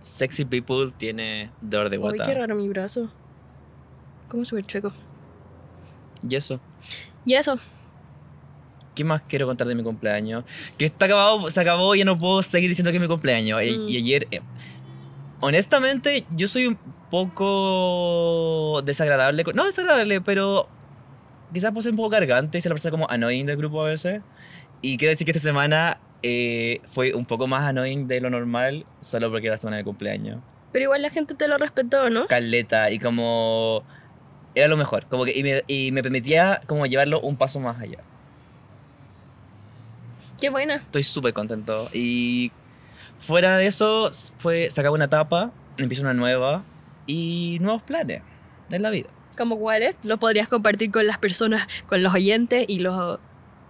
[SPEAKER 2] Sexy People tiene dolor de
[SPEAKER 1] Uy,
[SPEAKER 2] guata.
[SPEAKER 1] qué raro mi brazo. Como súper chueco.
[SPEAKER 2] y eso.
[SPEAKER 1] Y eso,
[SPEAKER 2] ¿Qué más quiero contar de mi cumpleaños? Que está acabado, se acabó, ya no puedo seguir diciendo que es mi cumpleaños. Y,
[SPEAKER 1] Mm.
[SPEAKER 2] y ayer, eh, honestamente, yo soy un poco desagradable. con- No desagradable, pero quizás puedo ser un poco cargante y ser la persona como annoying del grupo a veces. Y quiero decir que esta semana eh, fue un poco más annoying de lo normal, solo porque era la semana de cumpleaños.
[SPEAKER 1] pero igual la gente te lo respetó, ¿no?
[SPEAKER 2] Caleta y como... Era lo mejor, como que y me, y me permitía como llevarlo un paso más allá.
[SPEAKER 1] Qué buena.
[SPEAKER 2] estoy súper contento. Y fuera de eso, fue, se acaba una etapa, empieza una nueva y nuevos planes en la vida.
[SPEAKER 1] Como cuáles, lo podrías compartir con las personas, con los oyentes y los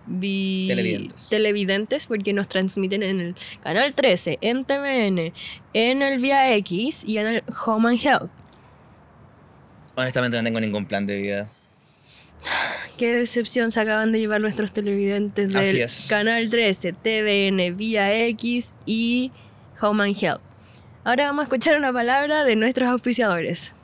[SPEAKER 1] vi-
[SPEAKER 2] Televidentes.
[SPEAKER 1] televidentes, porque nos transmiten en el canal 13, en TVN, en el Vía X y en el Home and Health.
[SPEAKER 2] Honestamente no tengo ningún plan de vida.
[SPEAKER 1] Qué decepción se acaban de llevar nuestros televidentes del
[SPEAKER 2] Así es.
[SPEAKER 1] Canal 13, TVN, Vía X y Home and Health. Ahora vamos a escuchar una palabra de nuestros auspiciadores.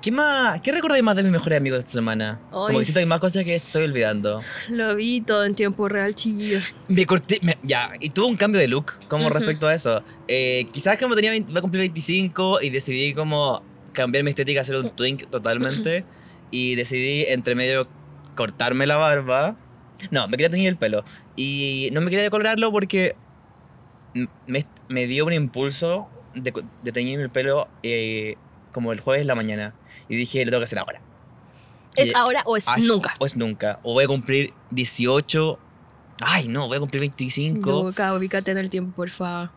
[SPEAKER 2] ¿Qué más? ¿Qué recordáis más de mis mejores amigos esta semana? Como
[SPEAKER 1] Ay.
[SPEAKER 2] que siento que hay más cosas que estoy olvidando.
[SPEAKER 1] Lo vi todo en tiempo real, chiquillo.
[SPEAKER 2] Me corté, me- ya, y tuve un cambio de look como
[SPEAKER 1] Ujú.
[SPEAKER 2] respecto a eso. Eh, quizás como tenía, vein- voy a cumplir 25 y decidí como cambiar mi estética, hacer un twink totalmente. Y decidí entre medio cortarme la barba. No, me quería teñir el pelo. Y no me quería decolorarlo porque m- me, me dio un impulso de, co- de teñirme el pelo eh, como el jueves en la mañana. Y dije, lo tengo que hacer ahora.
[SPEAKER 1] ¿Es
[SPEAKER 2] Y-
[SPEAKER 1] ahora o es
[SPEAKER 2] Ah,
[SPEAKER 1] nunca?
[SPEAKER 2] O es nunca. O voy a cumplir 18. Ay, no, voy a cumplir 25.
[SPEAKER 1] Nunca, ubícate en el tiempo, por favor.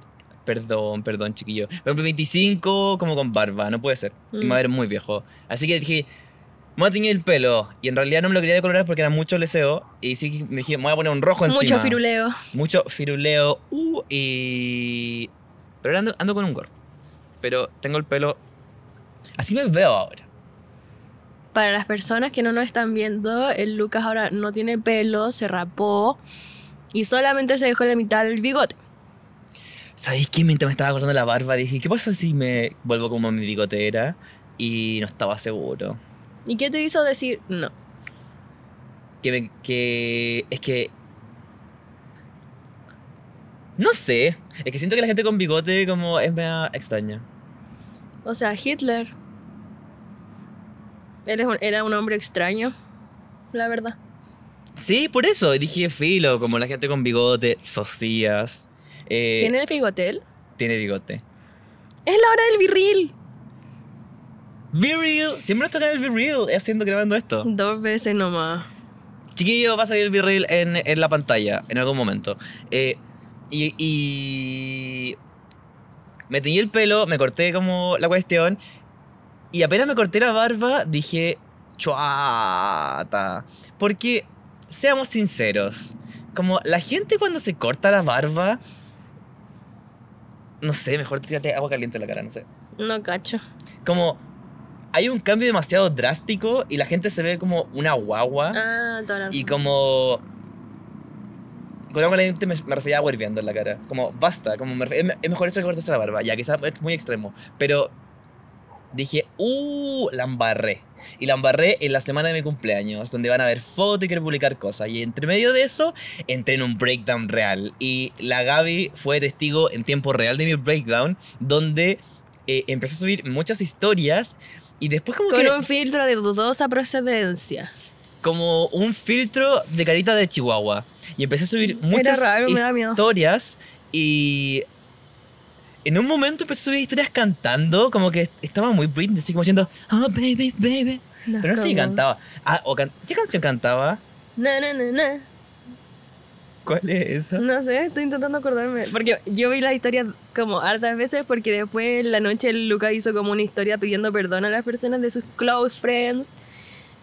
[SPEAKER 2] Perdón, perdón, chiquillo. Voy a cumplir 25 como con barba, no puede ser. Y me
[SPEAKER 1] Mm.
[SPEAKER 2] va a ver muy viejo. Así que dije, me voy a teñir el pelo. Y en realidad no me lo quería decolorar porque era mucho leseo. Y sí que me dije, me voy a poner un rojo encima.
[SPEAKER 1] Mucho firuleo.
[SPEAKER 2] Mucho firuleo. Uh, y... Pero ahora ando, ando con un gorro. Pero tengo el pelo... Así me veo ahora.
[SPEAKER 1] Para las personas que no nos están viendo, el Lucas ahora no tiene pelo, se rapó y solamente se dejó la mitad del bigote.
[SPEAKER 2] ¿Sabéis qué? Mientras me estaba cortando la barba dije, ¿qué pasa si me vuelvo como mi bigotera? Y no estaba seguro.
[SPEAKER 1] ¿Y qué te hizo decir no?
[SPEAKER 2] que, me- que es que no sé es que siento que la gente con bigote como es mea extraña
[SPEAKER 1] O sea, Hitler. Él es un- era un hombre extraño, la verdad.
[SPEAKER 2] sí por eso dije filo como la gente con bigote socias eh,
[SPEAKER 1] ¿Tiene el bigote él?
[SPEAKER 2] tiene bigote
[SPEAKER 1] ¡Es la hora del virril!
[SPEAKER 2] Be Real siempre nos toca el Be Real eh, haciendo grabando esto
[SPEAKER 1] Dos veces nomás.
[SPEAKER 2] Chiquillo, va a salir el virril en, en la pantalla en algún momento. Eh, y, y- Me teñí el pelo, me corté como la cuestión. Y apenas me corté la barba, dije. Chuata. Porque, seamos sinceros, como la gente cuando se corta la barba. No sé, mejor tírate agua caliente en la cara, no sé.
[SPEAKER 1] No cacho.
[SPEAKER 2] Como. Hay un cambio demasiado drástico y la gente se ve como una guagua.
[SPEAKER 1] Ah, toda la
[SPEAKER 2] Y
[SPEAKER 1] razón.
[SPEAKER 2] como. Cuando hago la gente me, me refería a huirviando en la cara. Como, basta. Como me refe- es, me- es mejor eso que cortarse la barba. Ya, quizás es muy extremo. Pero dije, uh, la embarré. Y la embarré en la semana de mi cumpleaños, donde van a ver fotos y quiero publicar cosas. Y entre medio de eso, entré en un breakdown real. Y la Gaby fue testigo en tiempo real de mi breakdown, donde eh, empecé a subir muchas historias. Y después como que
[SPEAKER 1] Con un filtro de dudosa procedencia.
[SPEAKER 2] como un filtro de carita de chihuahua. Y empecé a subir muchas
[SPEAKER 1] raro, me da miedo.
[SPEAKER 2] historias y en un momento empecé a subir historias cantando, como que estaba muy Britney, así como diciendo, oh baby, baby.
[SPEAKER 1] No,
[SPEAKER 2] Pero no sé si
[SPEAKER 1] ¿cómo?
[SPEAKER 2] cantaba. Ah, o can- ¿Qué canción cantaba?
[SPEAKER 1] Na, na, na, na.
[SPEAKER 2] ¿Cuál es esa?
[SPEAKER 1] No sé, estoy intentando acordarme. Porque yo vi las historias como hartas veces porque después en la noche el Luca hizo como una historia pidiendo perdón a las personas de sus close friends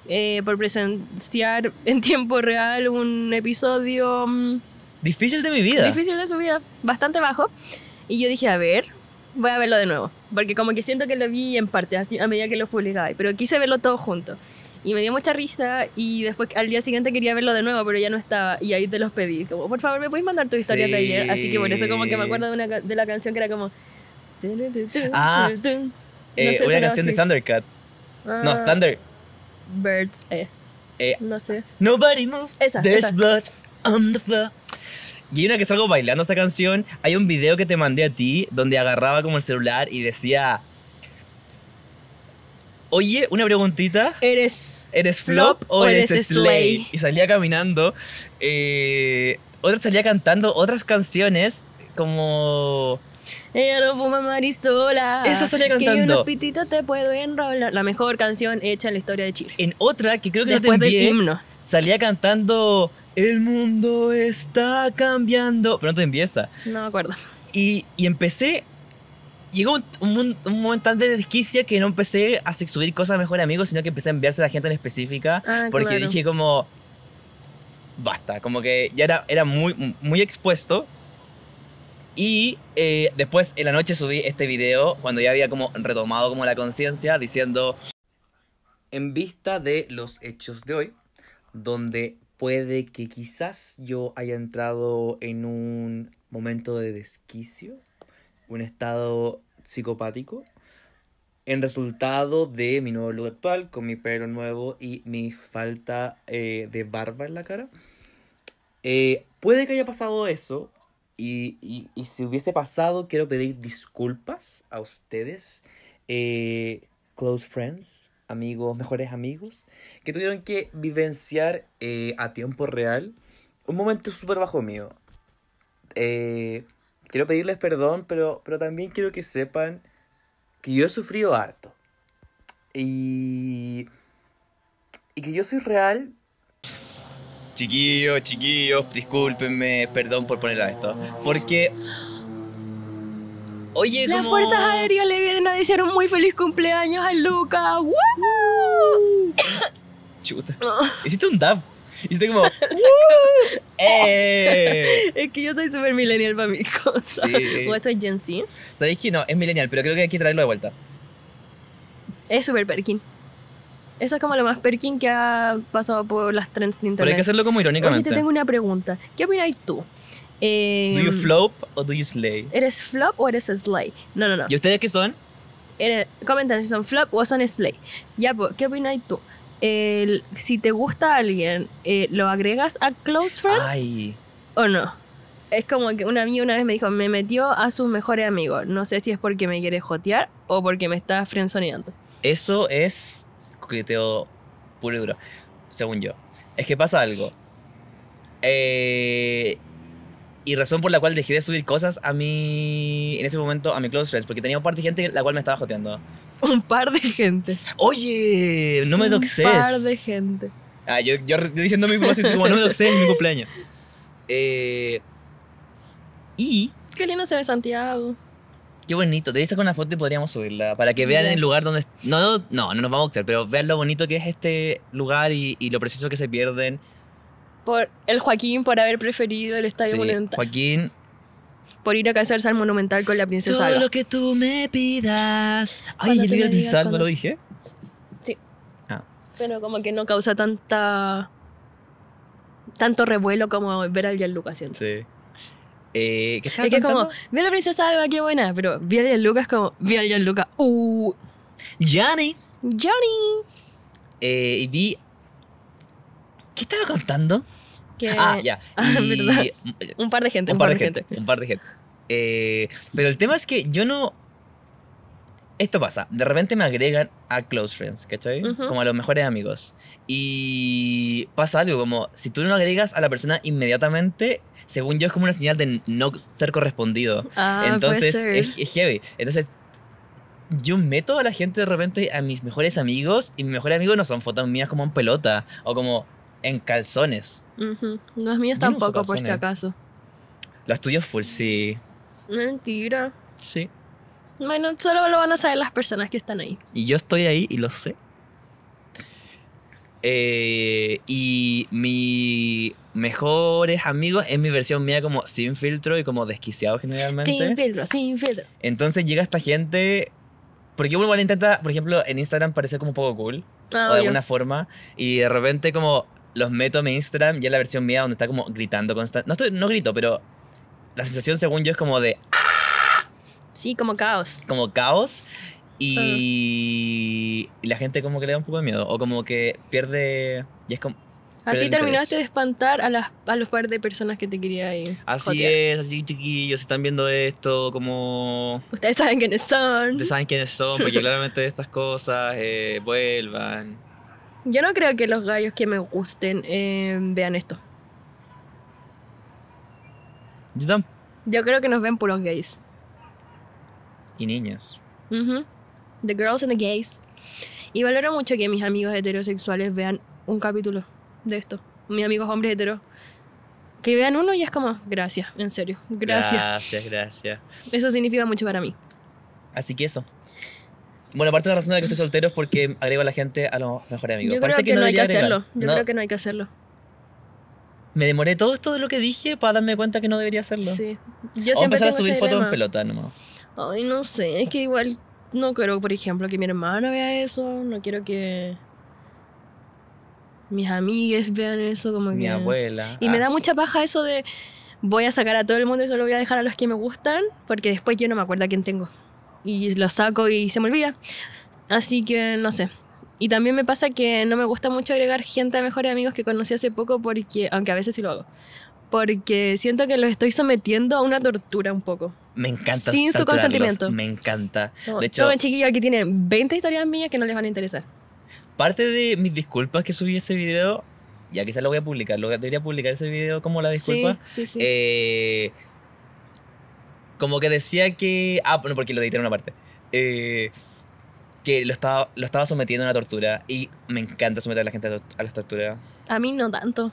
[SPEAKER 1] eh, por presenciar en tiempo real un episodio mm,
[SPEAKER 2] Difícil de mi vida.
[SPEAKER 1] difícil de su vida, bastante bajo. Y yo dije, a ver, voy a verlo de nuevo. Porque como que siento que lo vi en parte así, a medida que lo publicaba. Pero quise verlo todo junto. Y me dio mucha risa y después al día siguiente quería verlo de nuevo, pero ya no estaba. Y ahí te los pedí. Como, por favor, ¿me puedes mandar tu historia de ayer? Así que por eso como que me acuerdo de, una ca- de la canción que era como...
[SPEAKER 2] Ah,
[SPEAKER 1] No
[SPEAKER 2] Eh,
[SPEAKER 1] sé,
[SPEAKER 2] una
[SPEAKER 1] era
[SPEAKER 2] canción de
[SPEAKER 1] así.
[SPEAKER 2] Thundercat. No,
[SPEAKER 1] Ah,
[SPEAKER 2] Thunder.
[SPEAKER 1] Birds, eh,
[SPEAKER 2] eh,
[SPEAKER 1] no sé.
[SPEAKER 2] Nobody move.
[SPEAKER 1] Esa,
[SPEAKER 2] There's
[SPEAKER 1] esa.
[SPEAKER 2] blood on the floor. Y hay una que salgo bailando esa canción. Hay un video que te mandé a ti donde agarraba como el celular y decía. Oye, una preguntita.
[SPEAKER 1] Eres...
[SPEAKER 2] ¿Eres flop o eres slay? Y salía caminando. eh, otra salía cantando otras canciones como.
[SPEAKER 1] Ella no fuma marisola.
[SPEAKER 2] Eso salía
[SPEAKER 1] Que
[SPEAKER 2] cantando.
[SPEAKER 1] unos pititos te puedo enrolar. La mejor canción hecha en la historia de Chile.
[SPEAKER 2] En otra que creo que
[SPEAKER 1] Después
[SPEAKER 2] no te
[SPEAKER 1] del
[SPEAKER 2] envié,
[SPEAKER 1] himno.
[SPEAKER 2] salía cantando. El mundo está cambiando. Pero no te envié esa.
[SPEAKER 1] No me acuerdo.
[SPEAKER 2] Y, y empecé. Llegó un, un, mon- un momento tan de desquicia que no empecé a se- subir cosas a mejor amigos, sino que empecé a enviarse a la gente en específica.
[SPEAKER 1] Ah,
[SPEAKER 2] porque
[SPEAKER 1] claro.
[SPEAKER 2] dije, como. Basta, como que ya era, era muy, muy expuesto. Y eh, después en la noche subí este video cuando ya había como retomado como la conciencia diciendo... En vista de los hechos de hoy, donde puede que quizás yo haya entrado en un momento de desquicio, un estado psicopático, en resultado de mi nuevo look actual, con mi pelo nuevo y mi falta eh, de barba en la cara. Eh, puede que haya pasado eso. Y, y- y si hubiese pasado, quiero pedir disculpas a ustedes, eh, close friends, amigos, mejores amigos, que tuvieron que vivenciar eh, a tiempo real un momento súper bajo mío. Eh, quiero pedirles perdón, pero, pero también quiero que sepan que yo he sufrido harto. Y, y que yo soy real Chiquillos, chiquillos, discúlpenme, perdón por poner a esto. Porque. Oye,
[SPEAKER 1] Las
[SPEAKER 2] como-
[SPEAKER 1] fuerzas aéreas le vienen a desear un muy feliz cumpleaños a Luca. ¡Woo!
[SPEAKER 2] Chuta. Hiciste un dab. Hiciste como. "Uh, ¡Eh!
[SPEAKER 1] Es que yo soy súper millennial para mis cosas.
[SPEAKER 2] Sí.
[SPEAKER 1] O soy Gen Z.
[SPEAKER 2] Sabéis que no, es millennial, pero creo que hay que traerlo de vuelta.
[SPEAKER 1] Es súper perkin. Eso es como lo más perkin que ha pasado por las trends de
[SPEAKER 2] Pero hay que
[SPEAKER 1] internet.
[SPEAKER 2] hacerlo como
[SPEAKER 1] Oye,
[SPEAKER 2] irónicamente.
[SPEAKER 1] te tengo una pregunta. ¿Qué opináis tú? Eh,
[SPEAKER 2] ¿Do you flop o do you slay?
[SPEAKER 1] ¿Eres flop o eres slay? No, no, no.
[SPEAKER 2] ¿Y ustedes qué son?
[SPEAKER 1] Era- comentan si son flop o son slay. Ya, po, ¿qué opinas tú? El- si te gusta alguien, eh, ¿lo agregas a Close Friends
[SPEAKER 2] Ay.
[SPEAKER 1] o no? Es como que una amiga una vez me dijo, me metió a sus mejores amigos. No sé si es porque me quiere jotear o porque me está frenzoneando.
[SPEAKER 2] Eso es coqueteo puro y duro, según yo. Es que pasa algo. Eh, y razón por la cual dejé de subir cosas a mi. En ese momento, a mi close friends, porque tenía un par de gente la cual me estaba joteando.
[SPEAKER 1] Un par de gente.
[SPEAKER 2] Oye, no me doxes.
[SPEAKER 1] Un par de gente.
[SPEAKER 2] Ah, yo, yo diciendo mi propósito como no me doxes, es mi cumpleaños. Eh, y.
[SPEAKER 1] Qué lindo se ve Santiago.
[SPEAKER 2] Qué bonito, te sacar una foto y podríamos subirla para que vean
[SPEAKER 1] Ya.
[SPEAKER 2] el lugar donde... No, no, no, no nos vamos a boxear, pero vean lo bonito que es este lugar y, y lo precioso que se pierden.
[SPEAKER 1] Por el Joaquín por haber preferido el Estadio
[SPEAKER 2] Sí,
[SPEAKER 1] Monumental.
[SPEAKER 2] Joaquín.
[SPEAKER 1] Por ir a casarse al Monumental con la princesa Alba.
[SPEAKER 2] que tú me pidas. Ay,
[SPEAKER 1] Cuando
[SPEAKER 2] yo
[SPEAKER 1] tú
[SPEAKER 2] le
[SPEAKER 1] me
[SPEAKER 2] dije
[SPEAKER 1] digas,
[SPEAKER 2] Salva,
[SPEAKER 1] cuando-
[SPEAKER 2] lo dije.
[SPEAKER 1] Pero como que no causa tanta. tanto revuelo como ver al Gianluca haciendo.
[SPEAKER 2] Sí. Eh, ¿qué estaba
[SPEAKER 1] Es que es como,
[SPEAKER 2] contando?
[SPEAKER 1] vi a la princesa Alba, qué buena, pero vi al Gianluca es como, vi al Gianluca, uh,
[SPEAKER 2] Johnny.
[SPEAKER 1] Johnny.
[SPEAKER 2] Eh, y vi... ¿Qué estaba contando?
[SPEAKER 1] Que
[SPEAKER 2] ah, ya.
[SPEAKER 1] ah,
[SPEAKER 2] Y-
[SPEAKER 1] verdad. un par de gente, un, par, de gente.
[SPEAKER 2] Un par de gente. Eh, pero el tema es que yo no. Esto pasa. De repente me agregan a close friends, ¿cachai?
[SPEAKER 1] Ujú.
[SPEAKER 2] Como a los mejores amigos. Y pasa algo como: si tú no agregas a la persona inmediatamente, según yo, es como una señal de no ser correspondido.
[SPEAKER 1] Ah,
[SPEAKER 2] Entonces,
[SPEAKER 1] puede ser.
[SPEAKER 2] es, es heavy. Entonces, yo meto a la gente de repente a mis mejores amigos y mis mejores amigos no son fotos mías como en pelota o como en calzones.
[SPEAKER 1] Ujú. No es mío
[SPEAKER 2] Yo no uso
[SPEAKER 1] tampoco, por si
[SPEAKER 2] calzones.
[SPEAKER 1] acaso.
[SPEAKER 2] Los tuyos full, sí.
[SPEAKER 1] Mentira.
[SPEAKER 2] Sí.
[SPEAKER 1] Bueno, solo lo van a saber las personas que están ahí.
[SPEAKER 2] Y yo estoy ahí y lo sé. Eh, y mis mejores amigos es mi versión mía como sin filtro y como desquiciado generalmente.
[SPEAKER 1] Sin filtro, sin filtro.
[SPEAKER 2] Entonces llega esta gente. Porque uno igual intenta, por ejemplo, en Instagram parecer como un poco
[SPEAKER 1] Ah,
[SPEAKER 2] cool. o de
[SPEAKER 1] obvio.
[SPEAKER 2] alguna forma. Y de repente como los meto a mi Instagram, ya la versión mía donde está como gritando constante. No, estoy, no grito, pero la sensación según yo es como de
[SPEAKER 1] Sí, como caos.
[SPEAKER 2] como caos.
[SPEAKER 1] Ah.
[SPEAKER 2] Y, y la gente como que le da un poco de miedo. O como que pierde... Y es como...
[SPEAKER 1] Así
[SPEAKER 2] interés.
[SPEAKER 1] terminaste de espantar a, las, a los par de personas que te quería ir.
[SPEAKER 2] Así es, así chiquillos, están viendo esto, como...
[SPEAKER 1] Ustedes saben quiénes son.
[SPEAKER 2] Ustedes saben quiénes son, porque claramente estas cosas eh, vuelvan.
[SPEAKER 1] Yo no creo que los gallos que me gusten eh, vean esto.
[SPEAKER 2] Yo tam-
[SPEAKER 1] Yo creo que nos ven puros gays.
[SPEAKER 2] Y niñas.
[SPEAKER 1] Ujú. The girls and the gays. Y valoro mucho que mis amigos heterosexuales vean un capítulo de esto. Mis amigos hombres heteros. Que vean uno y es como, gracias, en serio, gracias.
[SPEAKER 2] Gracias, gracias.
[SPEAKER 1] Eso significa mucho para mí.
[SPEAKER 2] Así que eso. Bueno, aparte de la razón de que estoy soltero es porque agrego a la gente a los mejores amigos.
[SPEAKER 1] Yo creo
[SPEAKER 2] Parece
[SPEAKER 1] que, no hay que
[SPEAKER 2] debería agregar.
[SPEAKER 1] hacerlo. Yo
[SPEAKER 2] No,
[SPEAKER 1] creo que no hay que hacerlo.
[SPEAKER 2] Me demoré todo esto de lo que dije para darme cuenta que no debería hacerlo.
[SPEAKER 1] Sí. Yo
[SPEAKER 2] o
[SPEAKER 1] siempre
[SPEAKER 2] empezar a
[SPEAKER 1] tengo
[SPEAKER 2] subir
[SPEAKER 1] ese
[SPEAKER 2] fotos en
[SPEAKER 1] dilema.
[SPEAKER 2] pelota nomás.
[SPEAKER 1] Ay, no sé, es que igual no quiero, por ejemplo, que mi hermana vea eso, no quiero que mis amigues vean eso, como que...
[SPEAKER 2] Mi abuela.
[SPEAKER 1] Y me
[SPEAKER 2] Ah,
[SPEAKER 1] da mucha paja eso de voy a sacar a todo el mundo y solo voy a dejar a los que me gustan, porque después yo no me acuerdo a quién tengo. Y lo saco y se me olvida. Así que no sé. Y también me pasa que no me gusta mucho agregar gente a mejores amigos que conocí hace poco, porque, aunque a veces sí lo hago, porque siento que los estoy sometiendo a una tortura un poco.
[SPEAKER 2] Me encanta.
[SPEAKER 1] sin su
[SPEAKER 2] torturarlos,
[SPEAKER 1] consentimiento.
[SPEAKER 2] Me encanta.
[SPEAKER 1] Como,
[SPEAKER 2] De hecho,
[SPEAKER 1] tomen chiquillos, aquí tienen 20 historias mías que no les van a interesar.
[SPEAKER 2] parte de mis disculpas que subí ese video, ya quizás lo voy a publicar, lo debería publicar ese video como la Ah, disculpa.
[SPEAKER 1] Sí, sí, sí.
[SPEAKER 2] Eh, como que decía que. Ah, bueno, porque lo edité en una parte. Eh, que lo estaba, lo estaba sometiendo a una tortura. Y me encanta someter a la gente a, tor- a las torturas.
[SPEAKER 1] A mí no tanto.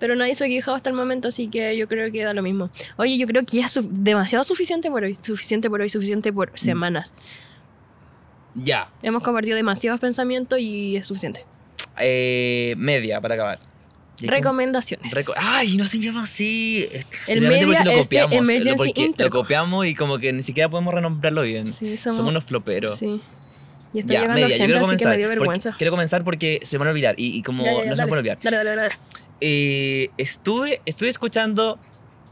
[SPEAKER 1] Pero nadie se ha quejado hasta el momento, así que yo creo que da lo mismo. Oye, yo creo que ya es su- demasiado suficiente por hoy, suficiente por hoy, suficiente
[SPEAKER 2] Mm.
[SPEAKER 1] por semanas.
[SPEAKER 2] Ya.
[SPEAKER 1] Hemos compartido demasiados pensamientos y es suficiente.
[SPEAKER 2] eh, media para acabar. Y es que-
[SPEAKER 1] Recomendaciones.
[SPEAKER 2] reco- Ay, no se llama así. Es-
[SPEAKER 1] El
[SPEAKER 2] literalmente
[SPEAKER 1] media
[SPEAKER 2] porque lo
[SPEAKER 1] es de
[SPEAKER 2] copiamos. lo-
[SPEAKER 1] Emergency
[SPEAKER 2] porque lo
[SPEAKER 1] Interco.
[SPEAKER 2] copiamos y como que ni siquiera podemos renombrarlo bien.
[SPEAKER 1] sí, somos,
[SPEAKER 2] somos, unos floperos.
[SPEAKER 1] Sí. Y estoy
[SPEAKER 2] Ya,
[SPEAKER 1] llevando
[SPEAKER 2] media. Yo
[SPEAKER 1] gente,
[SPEAKER 2] quiero
[SPEAKER 1] así que me
[SPEAKER 2] comenzar.
[SPEAKER 1] dio
[SPEAKER 2] porque-
[SPEAKER 1] vergüenza.
[SPEAKER 2] quiero comenzar porque se me van a olvidar. Y, y como
[SPEAKER 1] Ya, ya, ya,
[SPEAKER 2] no se me
[SPEAKER 1] dale.
[SPEAKER 2] van a olvidar.
[SPEAKER 1] Dale, dale, dale, dale.
[SPEAKER 2] Eh, estuve, estuve escuchando.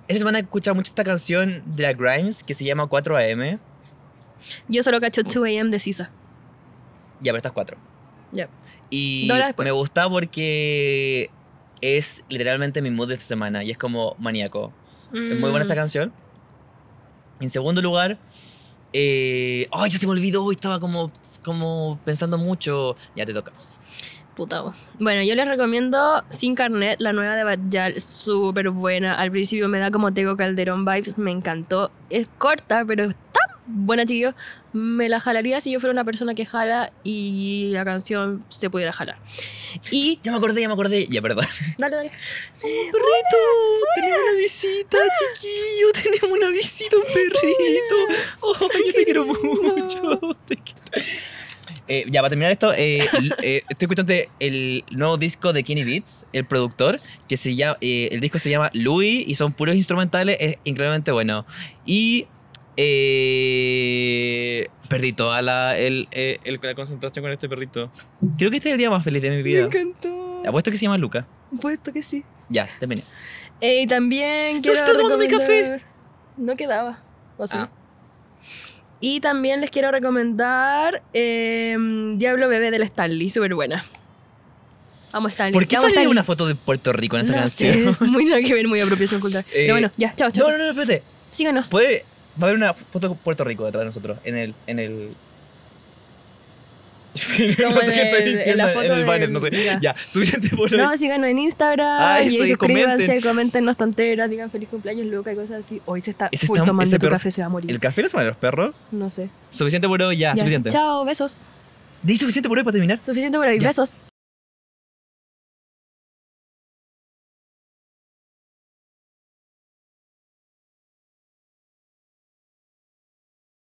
[SPEAKER 2] Esta semana he escuchado mucho esta canción de la Grimes que se llama 4am.
[SPEAKER 1] Yo solo cacho 2 a.m. de Sisa.
[SPEAKER 2] Ya, pero estas 4.
[SPEAKER 1] Ya.
[SPEAKER 2] Y
[SPEAKER 1] Dos horas después.
[SPEAKER 2] me gusta porque es literalmente mi mood de esta semana y es como maníaco. Es muy buena
[SPEAKER 1] Mm.
[SPEAKER 2] esta canción. En segundo lugar, eh, ay, ya se me olvidó, hoy estaba como, como pensando mucho. Ya te toca.
[SPEAKER 1] Puta, bo. Bueno, yo les recomiendo Sin Carnet, la nueva de Bajal, súper buena. Al principio me da como Tego Calderón vibes, me encantó. Es corta, pero es tan buena, chiquillos. Me la jalaría si yo fuera una persona que jala y la canción se pudiera jalar. Y.
[SPEAKER 2] Ya me acordé, ya me acordé. Ya, perdón.
[SPEAKER 1] Dale, dale.
[SPEAKER 2] Perrito, tenemos una visita, chiquillo, tenemos una visita, un perrito. Oh, yo te quiero mucho. te quiero. Eh, ya, para terminar esto, eh, l- eh, estoy escuchando el nuevo disco de Kenny Beats, el productor, que se llama, eh, el disco se llama Louis y son puros instrumentales, es increíblemente bueno. Y eh, perdí toda la, el- eh, el- la concentración con este perrito. Creo que este es el día más feliz de mi vida.
[SPEAKER 1] encantó.
[SPEAKER 2] Apuesto que se llama Luca.
[SPEAKER 1] Puesto que sí.
[SPEAKER 2] Ya, terminé.
[SPEAKER 1] Eh, Y también quiero.
[SPEAKER 2] estoy tomando mi café.
[SPEAKER 1] recomendar- No quedaba. ¿O sí?
[SPEAKER 2] Ah.
[SPEAKER 1] Y también les quiero recomendar eh, Diablo Bebé del Stanley, súper buena. Amo Stanley.
[SPEAKER 2] ¿Por qué
[SPEAKER 1] amo
[SPEAKER 2] salió
[SPEAKER 1] Stanley.
[SPEAKER 2] una foto de Puerto Rico en esa
[SPEAKER 1] No
[SPEAKER 2] canción?
[SPEAKER 1] sé, muy nada que ver, muy apropiación cultural.
[SPEAKER 2] Eh,
[SPEAKER 1] Pero bueno, ya, chao, chao.
[SPEAKER 2] No,
[SPEAKER 1] chao.
[SPEAKER 2] no, no, espérate.
[SPEAKER 1] Síganos.
[SPEAKER 2] Puede. Va a haber una foto de Puerto Rico detrás de nosotros. En el. En el... no
[SPEAKER 1] Como
[SPEAKER 2] sé qué
[SPEAKER 1] en el- en
[SPEAKER 2] estoy
[SPEAKER 1] la
[SPEAKER 2] diciendo en,
[SPEAKER 1] foto
[SPEAKER 2] el banner,
[SPEAKER 1] del-
[SPEAKER 2] no sé.
[SPEAKER 1] ya.
[SPEAKER 2] Ya, suficiente por hoy.
[SPEAKER 1] No, síganos en Instagram
[SPEAKER 2] Ah,
[SPEAKER 1] y
[SPEAKER 2] eso, y
[SPEAKER 1] suscríbanse,
[SPEAKER 2] comenten.
[SPEAKER 1] comenten. las tonteras, digan feliz cumpleaños, Luca y cosas así. Hoy se está
[SPEAKER 2] Ese
[SPEAKER 1] full
[SPEAKER 2] está-
[SPEAKER 1] tomando
[SPEAKER 2] ese
[SPEAKER 1] tu
[SPEAKER 2] perro-
[SPEAKER 1] café, se va a morir.
[SPEAKER 2] ¿El café la semana de los perros?
[SPEAKER 1] No sé.
[SPEAKER 2] Suficiente por hoy, ya,
[SPEAKER 1] Ya,
[SPEAKER 2] suficiente.
[SPEAKER 1] Chao, besos.
[SPEAKER 2] ¿Di suficiente por hoy para terminar?
[SPEAKER 1] Suficiente por hoy,
[SPEAKER 2] Ya.
[SPEAKER 1] besos.